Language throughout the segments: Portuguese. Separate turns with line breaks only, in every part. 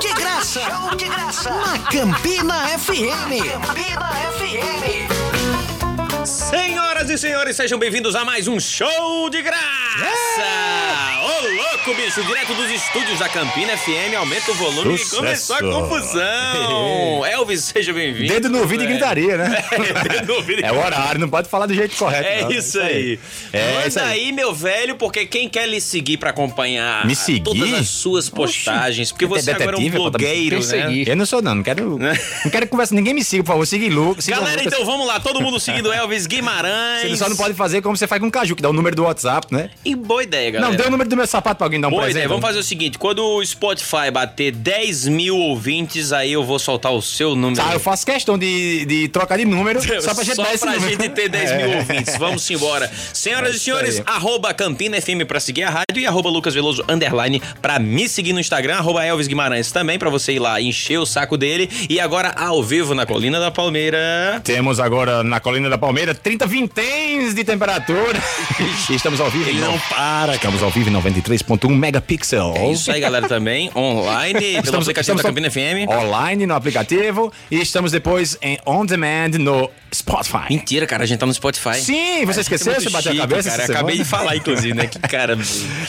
de graça. Show de graça. Na Campina FM. Campina FM.
Senhoras e senhores, sejam bem-vindos a mais um show de graça! Ô louco, bicho, direto dos estúdios da Campina FM, aumenta o volume
Sucesso.
e começou a confusão! Elvis, seja bem-vindo!
Dedo no ouvido e gritaria, né?
É, dedo no ouvido e
É o horário, não pode falar do jeito correto.
É
não.
isso aí.
É
Manda
isso aí.
aí, meu velho, porque quem quer lhe seguir pra acompanhar
Me seguir?
todas as suas postagens, porque
Até
você agora é um
detetive, falta me
blogueiro, né?
perseguir.
Eu não sou, não. Não quero, não quero conversa. Ninguém me siga, por favor. Siga Lucas. siga
Galera,
Lucas.
então é vamos lá, todo mundo seguindo Elvis Guimarães.
Você só não pode fazer como você faz com o Caju, que dá o número do WhatsApp, né?
E boa ideia, galera.
Não, dê o número do meu sapato pra alguém dar um
Boa
presente.
ideia, vamos fazer o seguinte: quando o Spotify bater 10 mil ouvintes, aí eu vou soltar o seu número.
Tá, eu faço questão de, de trocar de número só pra gente
Só
dar esse
pra
número. É.
gente ter 10 mil ouvintes. Vamos embora. Senhoras e
isso
senhores,
aí.
arroba Campina FM pra seguir a rádio e arroba Lucas Veloso Underline pra me seguir no Instagram, arroba Elvis Guimarães também, pra você ir lá encher o saco dele. E agora, ao vivo, na Colina da Palmeira.
Temos agora na Colina da Palmeira 30 vinténs de temperatura. E Estamos ao vivo.
Ele não
para. Estamos ao vivo em 93.1 megapixel.
É isso aí, galera, também. Online, pelo aplicativo da Campina FM.
Online no aplicativo. E estamos depois em on demand no Spotify.
Mentira, cara, a gente tá no Spotify.
Sim, você esqueceu?
é muito
Você bateu
chique,
a cabeça?
Cara,
essa
acabei de
semana?
falar, inclusive, né? Que cara.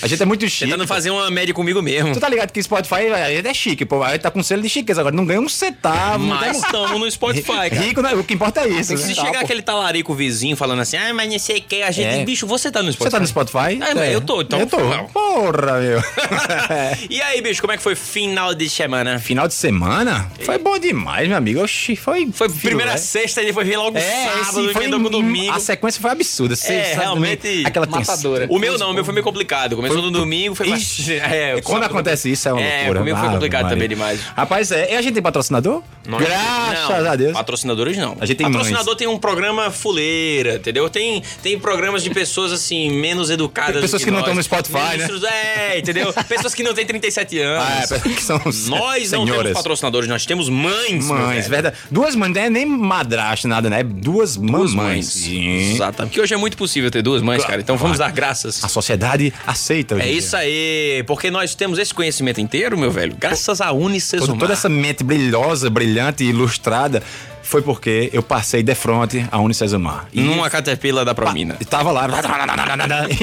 A gente é muito
tá
chique.
Tentando fazer uma média comigo mesmo.
Tu tá ligado que Spotify é é chique, pô. Aí tá com selo de chiqueza agora. Não ganha um centavo. não
Mas
tem-
estamos no Spotify, cara.
Rico, né? o que importa é isso.
Se
né?
chegar
Tá, pô.
aquele talarico vizinho falando assim, ah, mas não sei o que, a gente.
É.
Bicho, você tá no Spotify.
Você tá no Spotify?
Ah, mas eu tô, então.
Eu tô.
Não.
Porra, meu.
E aí, bicho, como é que foi final de semana?
Final de semana? Foi bom demais, meu amigo. Oxi, foi.
Foi
filé.
primeira sexta, depois veio logo
né? É,
sábado,
esse foi
foi domingo, domingo. É,
A sequência foi absurda. Sexta, domingo,
realmente
Aquela
matadora.
matadora.
O meu não, o meu foi meio complicado. Começou no domingo, foi mais.
Ixi,
É,
E Quando
sábado-
acontece isso, é uma
É,
loucura.
comigo foi
Ave
complicado
Maria.
também demais.
Rapaz, é. E a gente tem patrocinador?
Nós-
Graças
não,
a Deus.
Patrocinadores não.
A gente tem
Patrocinador tem um programa fuleira, entendeu? Tem, tem programas de pessoas assim, menos educadas.
Tem pessoas
do
que não
nós.
estão no Spotify, né?
Ministros- É, entendeu? pessoas que não têm 37
Ah,
anos.
é, que são
Nós não temos
senhoras.
patrocinadores, nós temos mães. meu
Mães,
velho.
verdade. Duas mães, não é nem madrasta, nada, né? É Duas,
Duas
mamães.
mães. Exatamente. Porque hoje é muito possível ter duas mães, cara. Então vamos dar graças.
Ah, A sociedade aceita hoje
É
em dia.
isso aí, porque nós temos esse conhecimento inteiro, meu velho, graças a Unicesumar.
Toda, toda essa mente brilhosa, brilhante e ilustrada foi porque eu passei de frente a Unicesumar. E
Numa caterpillar da Promina.
e tava lá,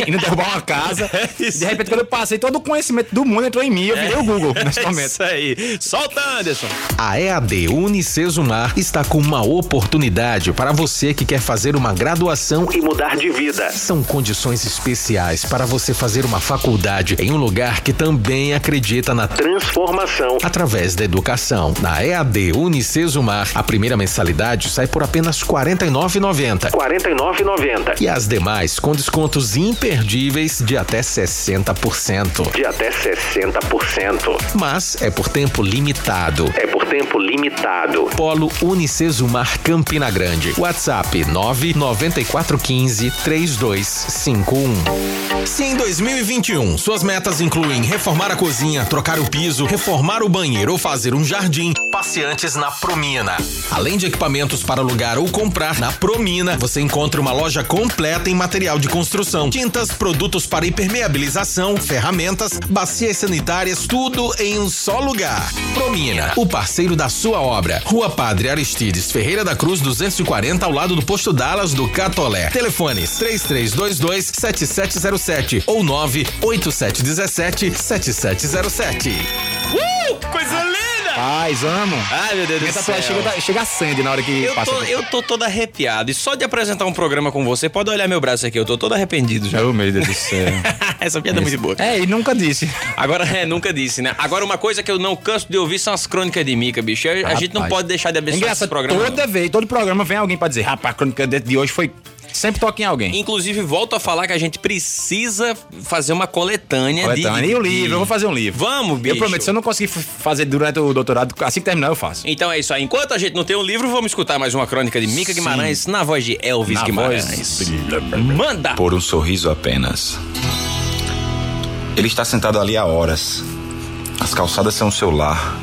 indo derrubar uma casa.
É
E de repente, quando eu passei, todo o conhecimento do mundo entrou em mim. Eu virei o Google nesse
É
momento.
isso aí. Solta, Anderson.
A EAD Unicesumar está com uma oportunidade para você que quer fazer uma graduação e mudar de vida. São condições especiais para você fazer uma faculdade em um lugar que também acredita na transformação através da educação. Na EAD Unicesumar, a primeira mensalidade sai por apenas R$ 49,90.
49,90
E as demais com descontos imperdíveis de até 60%.
de até 60%.
Mas é por tempo limitado.
É por tempo limitado.
Polo Unicesumar Campina Grande. WhatsApp 99415 3251. Se em 2021 suas metas incluem reformar a cozinha, trocar o piso, reformar o banheiro ou fazer um jardim, passeantes na Promina. Além de equipamentos para alugar ou comprar, na Promina você encontra uma loja completa em material de construção, tintas, produtos para impermeabilização, ferramentas, bacias sanitárias, tudo em um só lugar. Promina, o parceiro da sua obra. Rua Padre Aristides Ferreira da Cruz 240, ao lado do posto Dallas do Catolé. Telefones 3322 7707 ou 98717 7707.
Uh, coisa linda!
Paz, amo.
Ai, meu Deus
Minha tatuagem chega, da- chega a Sandy na hora que
Eu
tá passa.
tô, eu tô todo arrepiado. E só de apresentar um programa com você, pode olhar meu braço aqui, eu tô todo arrependido já.
Oh, meu Deus do céu.
Essa piada é muito boa.
é, e nunca disse.
Agora, é, nunca disse, né? Agora, uma coisa que eu não canso de ouvir são as crônicas de Mica, bicho. Eu- a gente não
Rapaz.
pode deixar de
É
abençoar esse
engraçado,
programa. não.
toda vez, todo programa vem alguém pra dizer, rapaz, a crônica de hoje foi... Sempre toca em alguém.
Inclusive, volto a falar que a gente precisa fazer uma coletânea,
Coletânea.
É de...
tá E o
de-
livro, eu vou fazer um livro.
Vamos, bicho.
Eu prometo, se eu não conseguir f- fazer durante o doutorado, assim que terminar, eu faço.
Então é isso aí. Enquanto a gente não tem um livro, vamos escutar mais uma crônica de Mica Guimarães na voz de Elvis
Na
Guimarães.
voz-
Manda!
Por um sorriso apenas. Ele está sentado ali há horas. As calçadas são o seu lar.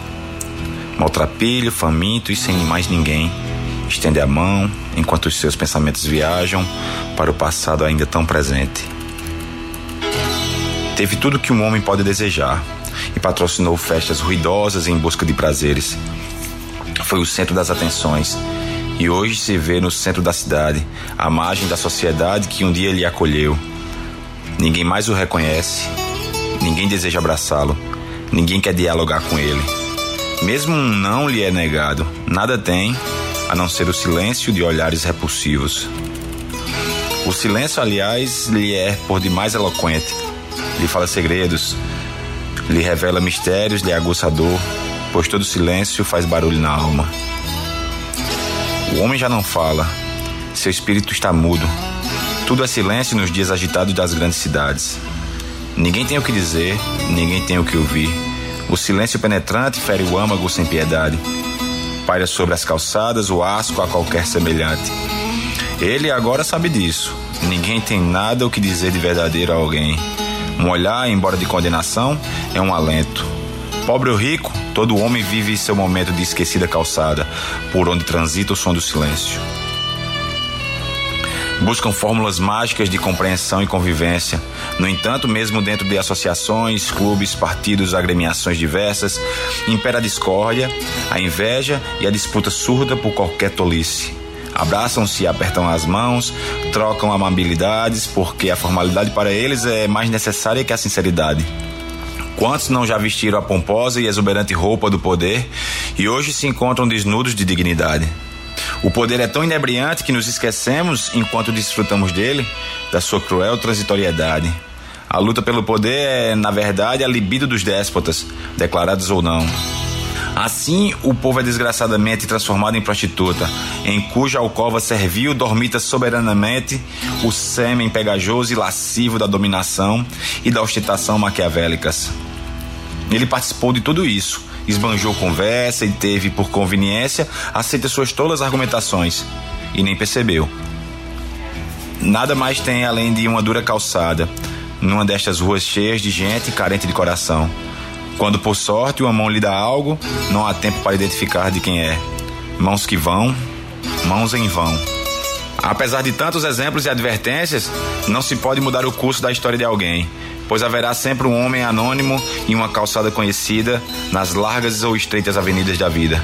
Maltrapilho, faminto e sem mais ninguém. Estende a mão enquanto os seus pensamentos viajam para o passado ainda tão presente. Teve tudo que um homem pode desejar e patrocinou festas ruidosas em busca de prazeres. Foi o centro das atenções e hoje se vê no centro da cidade, à margem da sociedade que um dia lhe acolheu. Ninguém mais o reconhece, ninguém deseja abraçá-lo, ninguém quer dialogar com ele. Mesmo um não lhe é negado, nada tem a não ser o silêncio de olhares repulsivos. O silêncio, aliás, lhe é por demais eloquente. Lhe fala segredos, lhe revela mistérios, lhe aguça a dor, pois todo silêncio faz barulho na alma. O homem já não fala, seu espírito está mudo. Tudo é silêncio nos dias agitados das grandes cidades. Ninguém tem o que dizer, ninguém tem o que ouvir. O silêncio penetrante fere o âmago sem piedade. Paira sobre as calçadas o asco a qualquer semelhante. Ele agora sabe disso. Ninguém tem nada o que dizer de verdadeiro a alguém. Um olhar, embora de condenação, é um alento. Pobre ou rico, todo homem vive seu momento de esquecida calçada, por onde transita o som do silêncio. Buscam fórmulas mágicas de compreensão e convivência. No entanto, mesmo dentro de associações, clubes, partidos, agremiações diversas, impera a discórdia, a inveja e a disputa surda por qualquer tolice. Abraçam-se, apertam as mãos, trocam amabilidades, porque a formalidade para eles é mais necessária que a sinceridade. Quantos não já vestiram a pomposa e exuberante roupa do poder e hoje se encontram desnudos de dignidade? O poder é tão inebriante que nos esquecemos, enquanto desfrutamos dele, da sua cruel transitoriedade. A luta pelo poder é, na verdade, a libido dos déspotas, declarados ou não. Assim, o povo é desgraçadamente transformado em prostituta, em cuja alcova servil dormita soberanamente o sêmen pegajoso e lascivo da dominação e da ostentação maquiavélicas. Ele participou de tudo isso, esbanjou conversa e teve, por conveniência, aceita suas tolas argumentações, e nem percebeu. Nada mais tem além de uma dura calçada, numa destas ruas cheias de gente carente de coração. Quando por sorte uma mão lhe dá algo, não há tempo para identificar de quem é. Mãos que vão, mãos em vão. Apesar de tantos exemplos e advertências, não se pode mudar o curso da história de alguém, pois haverá sempre um homem anônimo em uma calçada conhecida nas largas ou estreitas avenidas da vida.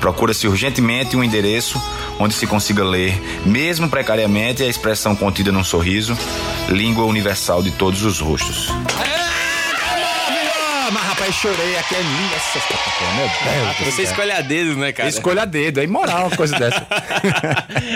Procura-se urgentemente um endereço onde se consiga ler, mesmo precariamente, a expressão contida num sorriso, língua universal de todos os rostos.
Ah, mas rapaz, chorei aqui é minha essa porra, meu Deus. do
Você
céu.
escolhe a dedo, né, cara?
Escolha a dedo, é imoral uma coisa dessa.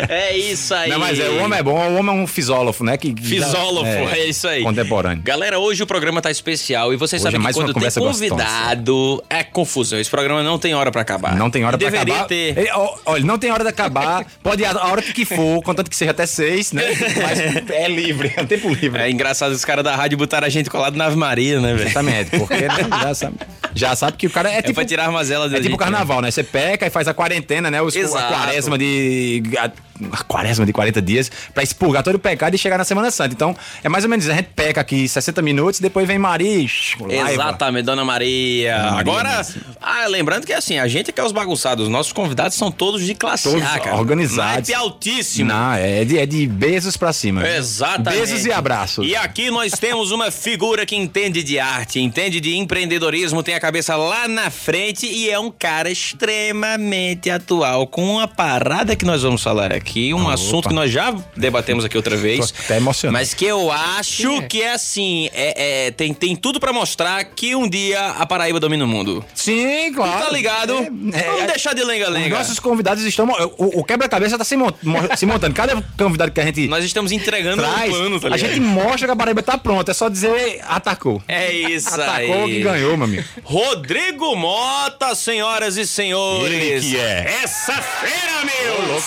é isso aí.
Não, mas é, o homem é bom, o homem é um fisógrafo, né? Que, que dá-
Fisólogo, é, isso aí.
Contemporâneo.
Galera, hoje o programa tá especial e vocês
Hoje
sabem
é
que
mais uma
quando tem
conversa gostosa.
convidado é confusão. Esse programa não tem hora pra acabar.
Não tem hora pra
Deveria
acabar.
ter.
Ele- ó, olha, não tem hora de acabar. Pode ir a a hora que for, contanto que seja até seis, né? Mas é livre, é tempo livre.
É engraçado os caras da rádio botaram a gente colado na Ave Maria, né, velho?
Exatamente, porque né, já, sabe, já sabe que o cara é
É
tipo.
pra tirar a mazela da
É tipo
gente,
carnaval, né? Você peca e faz a quarentena, né? Os,
Exato.
a quaresma de. A, a quaresma de 40 dias pra expurgar todo o pecado e chegar na Semana Santa. Então, é mais ou menos isso. A gente peca aqui 60 minutos, depois vem Maria. e shh, laiva.
Exatamente, Dona Maria.
Maria,
Agora,
né?
ah, lembrando que assim, a gente que é os bagunçados, os nossos convidados são todos de classe
Todos
A, cara.
organizados.
Naipe altíssimo.
Não, é de, é de beijos pra cima.
Exatamente.
Beijos e abraços.
E aqui nós temos uma figura que entende de arte, entende de empreendedorismo, tem a cabeça lá na frente e é um cara extremamente atual com uma parada que nós vamos falar aqui, um assunto que nós já debatemos aqui outra vez.
Tô até emocionado.
Mas que eu acho que é assim, é, é, tem, tem tudo pra mostrar que um dia a Paraíba domina o mundo.
Sim, claro.
Tá ligado?
É, é,
Vamos
é,
deixar de
Os
lenga-lenga.
nossos convidados estão. O, o quebra-cabeça tá se, mon- mo- se montando. Cada convidado que a gente
Nós estamos entregando
traz,
um plano, tá
a
ligado?
gente mostra que a Paraíba tá pronta. É só dizer atacou.
É isso aí.
Atacou que ganhou, meu amigo.
Rodrigo Mota, senhoras e senhores.
Ele que é.
Essa fera, meu!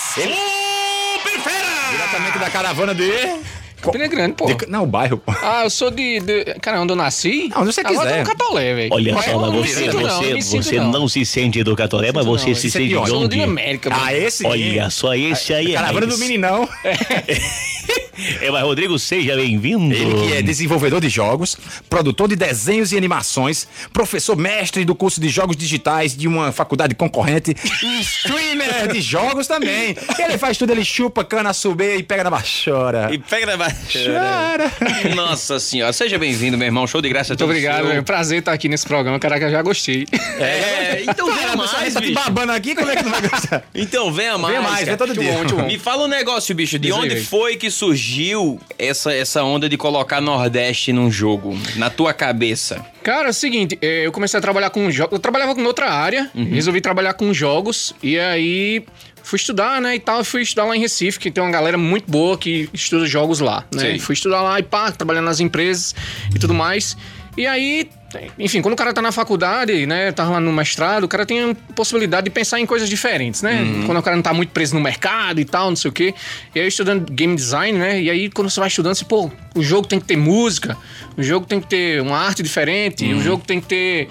Super fera!
Diretamente da caravana de.
Pena é Grande, pô.
de- não, o bairro. pô.
Ah, eu sou de, de. Cara, onde eu nasci?
Ah, onde você
Agora
quiser.
eu tô no Catolé, velho.
Olha
Mas
só,
eu
lá,
não me
você,
sinto, não, eu
você,
me sinto,
você não. se sente do Catolé, mas você se
isso é
sente de
pior. Eu sou
onde? é?
de América,
Ah,
mano.
esse.
Olha só, esse aí é
Caravana
mais.
do meninão.
É, mas Rodrigo, seja bem-vindo.
Ele que é desenvolvedor de jogos, produtor de desenhos e animações, professor mestre do curso de jogos digitais de uma faculdade concorrente e streamer de jogos também. Ele faz tudo, ele chupa, cana, subê e pega na baixora.
E pega na baixada.
Chora.
Nossa senhora, seja bem-vindo, meu irmão. Show de graça a
Muito
todos.
obrigado, é um prazer estar aqui nesse programa. Caraca, eu já gostei.
É, então venha
Caramba,
mais,
tá te
bicho.
babando aqui, como é que não vai gostar?
Então venha mais.
Vem mais,
cara.
vem todo
Muito
dia.
bom, muito bom.
Me fala um negócio, bicho. De
Diz aí,
onde
velho.
foi que surgiu essa, essa onda de colocar Nordeste num jogo? Na tua cabeça?
Cara, é o seguinte, é, eu comecei a trabalhar com jogos. Eu trabalhava com outra área,
Uhum.
resolvi trabalhar com jogos, e aí fui estudar, né, e tal. Fui estudar lá em Recife, que tem uma galera muito boa que estuda jogos lá, né?
Sim.
Fui estudar lá e pá, trabalhando nas empresas e tudo mais. E aí, enfim, quando o cara tá na faculdade, né, tá lá no mestrado, o cara tem a possibilidade de pensar em coisas diferentes, né?
Uhum.
Quando o cara não tá muito preso no mercado e tal, não sei o quê. E aí, eu estudando game design, né? E aí, quando você vai estudando, você, pô, o jogo tem que ter música, o jogo tem que ter uma arte diferente,
Uhum.
o jogo tem que ter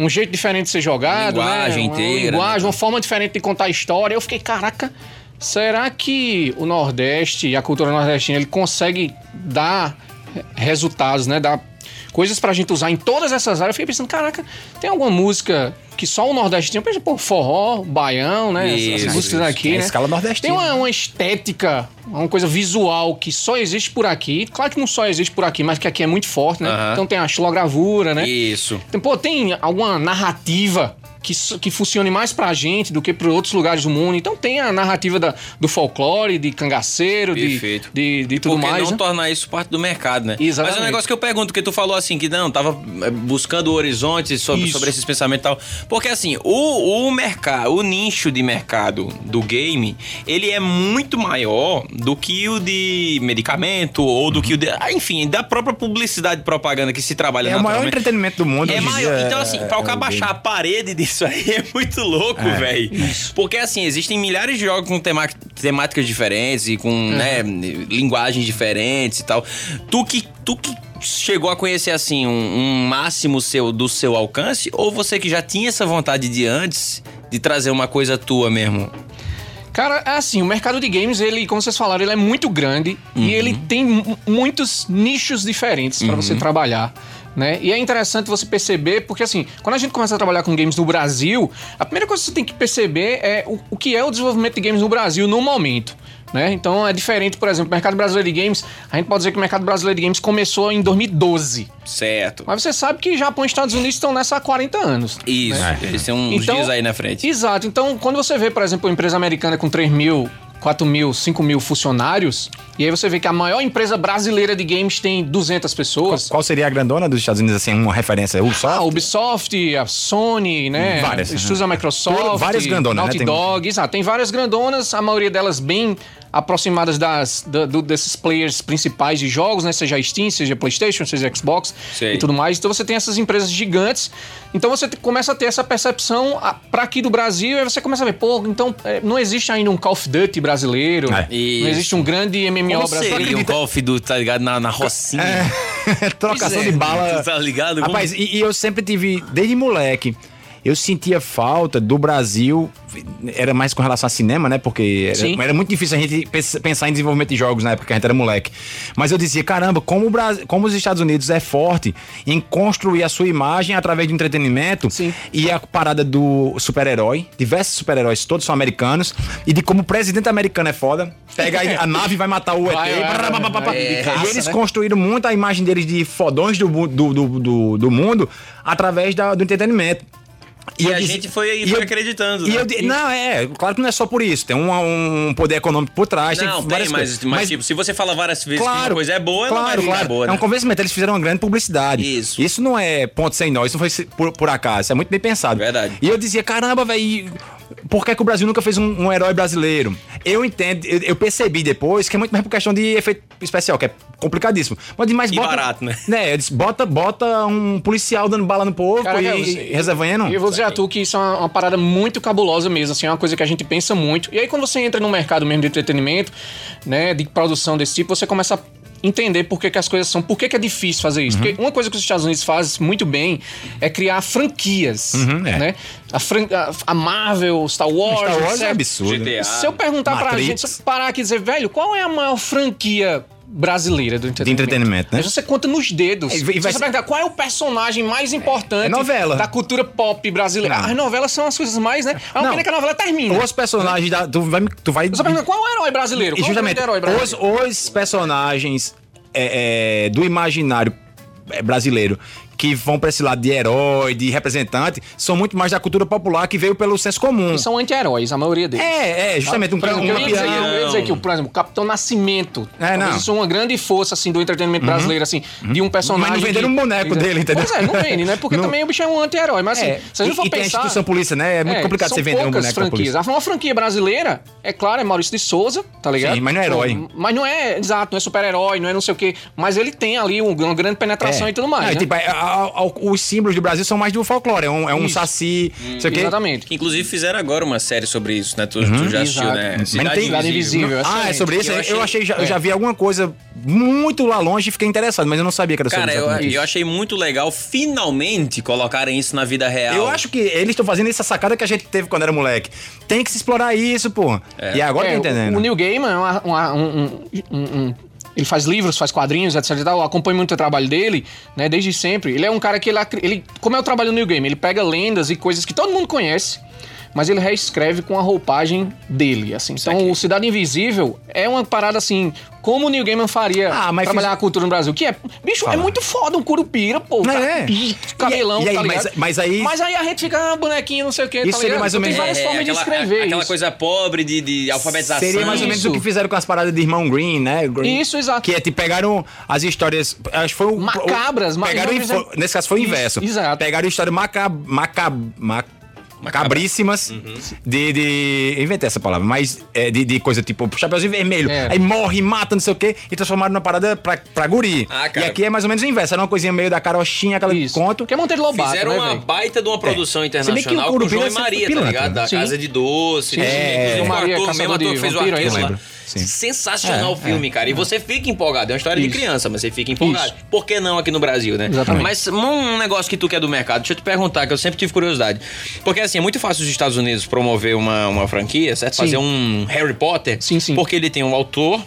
um jeito diferente de ser jogado,
Linguagem
né? Uma
inteira,
linguagem,
né?
uma forma diferente de contar a história. Eu fiquei, caraca, será que o Nordeste e a cultura nordestina ele consegue dar resultados, né? Dar coisas pra gente usar em todas essas áreas. Eu fiquei pensando, caraca, tem alguma música que só o Nordeste tinha? Eu pensei, pô, forró, baião, né? Essas
Isso,
músicas
isso.
aqui,
É a
né?
escala nordestina.
Tem uma, uma estética, uma coisa visual que só existe por aqui. Claro que não só existe por aqui, mas que aqui é muito forte, né?
Aham.
Então tem a xilogravura, né?
Isso.
Tem- Pô, tem alguma narrativa que, su- que funcione mais pra gente do que pra outros lugares do mundo. Então tem a narrativa da- do folclore, de cangaceiro, de,
Perfeito.
de, de tudo
Por que
mais.
não
né?
tornar isso parte do mercado, né?
Exatamente.
Mas é um negócio que eu pergunto, que tu falou assim, que não, tava é, buscando horizontes sobre,
Isso.
sobre esses pensamentos e tal. Porque assim, o, o mercado, o nicho de mercado do game, ele é muito maior do que o de medicamento ou do que o de... ah, Enfim, da própria publicidade e propaganda que se trabalha
É o maior
naturalmente.
entretenimento do mundo.
É
hoje em
maior.
dia,
Então, assim, pra o cara
é
baixar a parede disso aí é muito louco, velho. Porque, assim, existem milhares de jogos com tema- temáticas diferentes e com, né,
Uhum.
linguagens diferentes e tal. Tu que, tu que chegou a conhecer, assim, um, um máximo seu do seu alcance? Ou você que já tinha essa vontade de antes de trazer uma coisa tua mesmo?
Cara, é assim, o mercado de games, ele, como vocês falaram, ele é muito grande e ele tem mu- muitos nichos diferentes pra você trabalhar. Né? E é interessante você perceber, porque assim, quando a gente começa a trabalhar com games no Brasil, a primeira coisa que você tem que perceber é o, o que é o desenvolvimento de games no Brasil no momento. Né? Então é diferente, por exemplo, o mercado brasileiro de games, a gente pode dizer que o mercado brasileiro de games começou em 2012.
Certo.
Mas você sabe que Japão e Estados Unidos estão nessa há 40 anos.
Isso.
É.
Eles têm uns
Então,
dias aí na frente.
Exato. Então, quando você vê, por exemplo, uma empresa americana com 3 mil, 4 mil, 5 mil funcionários, e aí você vê que a maior empresa brasileira de games tem 200
Qual,
pessoas.
qual seria a grandona dos Estados Unidos, assim, uma referência? O
Ah,
A
só?
Ah, Ubisoft, a Sony, né?
Várias,
Estudos da
Todo-
Microsoft.
várias grandonas,
Naughty
né? Tem-
Dog. Exato. Tem várias grandonas, a maioria delas bem aproximadas das, da- do- desses players principais de jogos, né? Seja Steam, seja PlayStation, seja Xbox
Sei.
e tudo mais. Então você tem essas empresas gigantes. Então você te- começa a ter essa percepção a- pra aqui do Brasil. Aí você começa a ver, pô, então é, não existe ainda um Call of Duty brasileiro.
É.
Isso.
Não existe um grande MMO
Como
brasileiro.
seria o golfe do, tá ligado, na, na rocinha?
Trocação de É, bala.
Tu tá ligado? Como-
Rapaz, e, e eu sempre tive, desde moleque, eu sentia falta do Brasil. Era mais com relação a cinema, né? Porque
Sim.
era, era muito difícil a gente pens- pensar em desenvolvimento de jogos na época que a gente era moleque. Mas eu dizia, caramba, como, o Brasil, como os Estados Unidos é forte em construir a sua imagem através de entretenimento
Sim.
e é a parada do super-herói, diversos super-heróis, todos são americanos, e de como o presidente americano é foda, pega aí a nave e vai matar o ET.
Vai, vai,
brá, brá,
vai,
brá, brá, brá.
vai,
É,
de
E
caça,
eles
né?
construíram muito a imagem deles de fodões do, mu- do, do, do- do mundo através da- do entretenimento.
E
eu
a
disse-
gente foi aí
e eu-
acreditando.
e
né?
eu di- não, é, claro que não é só por isso. Tem um, um poder econômico por trás.
Não, tem,
assim, várias
mas,
coisas.
mas, tipo, se você fala várias vezes que uma coisa é boa,
claro,
ela vai
claro.
ficar boa,
É um
né?
convencimento. Eles fizeram uma grande publicidade.
Isso.
Isso não é ponto sem nó. Isso não foi se- por, por acaso. Isso é muito bem pensado.
Verdade.
E eu dizia, caramba, velho. Por que, que o Brasil nunca fez um, um herói brasileiro? Eu entendo, eu, eu percebi depois que é muito mais por questão de efeito especial, que é complicadíssimo. Mas demais
E
bota.
barato, né?
eu disse, bota, bota um policial dando bala no povo
Cara,
e,
eu-
e reservando.
E eu vou dizer a tu que isso é uma, uma parada muito cabulosa mesmo, assim, é uma coisa que a gente pensa muito. E aí quando você entra no mercado mesmo de entretenimento, né, de produção desse tipo, você começa a entender por que, que as coisas são, por que, que é difícil fazer
Uhum.
isso. Porque uma coisa que os Estados Unidos fazem muito bem é criar franquias,
Uhum, é.
né? A, fran- a- a Marvel, Star Wars,
Star Wars é
etc.
absurdo.
GTA.
Se eu perguntar pra
Matrix.
gente, se eu parar aqui e dizer, velho, qual é a maior franquia brasileira do entretenimento.
entretenimento, né?
Mas você conta nos dedos.
É, e vai- vai
Se você
ser-
perguntar qual é o personagem mais importante
É novela.
da cultura pop brasileira.
Não.
As novelas são as coisas mais, né? É uma
Não.
pena que a novela termina.
Ou os personagens da. Tu vai. Tu vai
Você pergunta qual é o herói brasileiro?
e
Qual
justamente,
é o grande herói
os,
brasileiro?
os personagens é, é, do imaginário é, brasileiro que vão pra esse lado de herói, de representante, são muito mais da cultura popular que veio pelo senso comum.
São anti-heróis, a maioria deles.
É, é, justamente um,
Por exemplo,
um
eu, ia dizer,
campeão.
eu ia dizer que, por exemplo, o Capitão Nascimento.
É,
talvez
não. Uhum.
Isso é uma grande força, assim, do entretenimento brasileiro, assim, de um personagem.
Mas não venderam
que-
um boneco dele, entendeu?
Pois é, não vende, né? Porque
Não-
também o bicho é um anti-herói. Mas, assim,
É,
se a gente
e-
for
e tem a
pensar.
instituição polícia, né? É muito complicado
são
você vender um
poucas
boneco da
franquias.
polícia.
A uma franquia brasileira, é claro, é Maurício de Souza, tá ligado?
Sim, mas não é herói.
Pô, Mas não é, exato, não é super-herói, não é não sei o quê. Mas ele tem ali um- uma grande penetração
É.
e tudo mais.
Não,
né?
tipo, é, a- a- a- os símbolos do Brasil são mais do folclore. É um, é um saci, não sei o quê.
Exatamente.
Que inclusive fizeram agora uma série sobre isso, né? Tu,
Uhum,
tu já assistiu,
Exato.
né?
Mas não tem- Cidade Invisível. Não-
Ah, é sobre isso?
Eu
Eu,
achei-
achei,
É.
já, eu já vi alguma coisa muito lá longe e fiquei interessado, mas eu não sabia que era sobre
Cara, eu,
exatamente isso.
eu achei muito legal finalmente colocarem isso na vida real.
Eu acho que eles estão fazendo essa sacada que a gente teve quando era moleque. Tem que se explorar isso, pô. E agora
É,
eu tô
O,
entendendo.
o Neil Gaiman é uma- uma- um, um- um- um- Ele faz livros, faz quadrinhos, etc. e tal. Eu acompanho muito o trabalho dele, né? Desde sempre. Ele é um cara que ele, acri- ele. Como é o trabalho do Neil Gaiman? Ele pega lendas e coisas que todo mundo conhece. Mas ele reescreve com a roupagem dele, assim. Então, o Cidade Invisível é uma parada assim, como o Neil Gaiman faria
Ah, mas
trabalhar
fiz-
a cultura no Brasil. Que é, bicho, é
Fala.
muito foda um curupira, pô. Tá,
É.
Cabelão,
E- e aí,
tá
mas-
ligado?
mas aí-
Mas aí a gente fica ah, bonequinho, não sei o quê,
Isso
tá
seria
ligado?
mais ou
Tem
menos-
várias
é,
formas de
aquela,
escrever
aquela
isso.
coisa pobre de, de alfabetização.
Seria mais ou menos o que
Isso.
fizeram com as paradas de Irmão Green, né? Green.
Isso, exato.
Que é, tipo, pegaram as histórias. Acho que foi o.
Macabras,
o,
mas
pegaram,
não,
info-
mas é-
Nesse caso foi o
Isso,
inverso.
exato.
Pegaram histórias macab, macab, macabríssimas
Uhum.
de, de. eu Inventei essa palavra, mas é, de, de coisa tipo Chapeuzinho Vermelho.
É.
Aí morre, mata, não sei o quê, e transformaram numa parada pra, pra guri.
Ah,
e
cara.
aqui é mais ou menos o inverso. Era uma coisinha meio da carochinha, aquela
Isso.
conto.
Que é Monteiro Lobato,
Fizeram
né,
uma
velho?
baita de uma produção
Se bem que o
internacional com o João e
Curupira é sempre
Maria, tá
pilantra,
ligado? Da
né? Sim.
Casa de Doce.
Sim.
É,
É.
o
Maria,
ator,
Caçador
mesmo ator
de
que fez o
Vampiro,
arqueiro
eu
lá.
lembro. Sim.
Sensacional o filme, cara. E você fica empolgado. É uma história de
Isso.
criança, mas você fica empolgado.
Isso.
Por que não aqui no Brasil, né?
Exatamente.
Mas um negócio que tu quer do mercado, deixa eu te perguntar, que eu sempre tive curiosidade. Porque assim, é muito fácil os Estados Unidos promover uma, uma franquia, certo?
Sim.
Fazer um Harry Potter.
Sim, sim.
Porque ele tem um autor.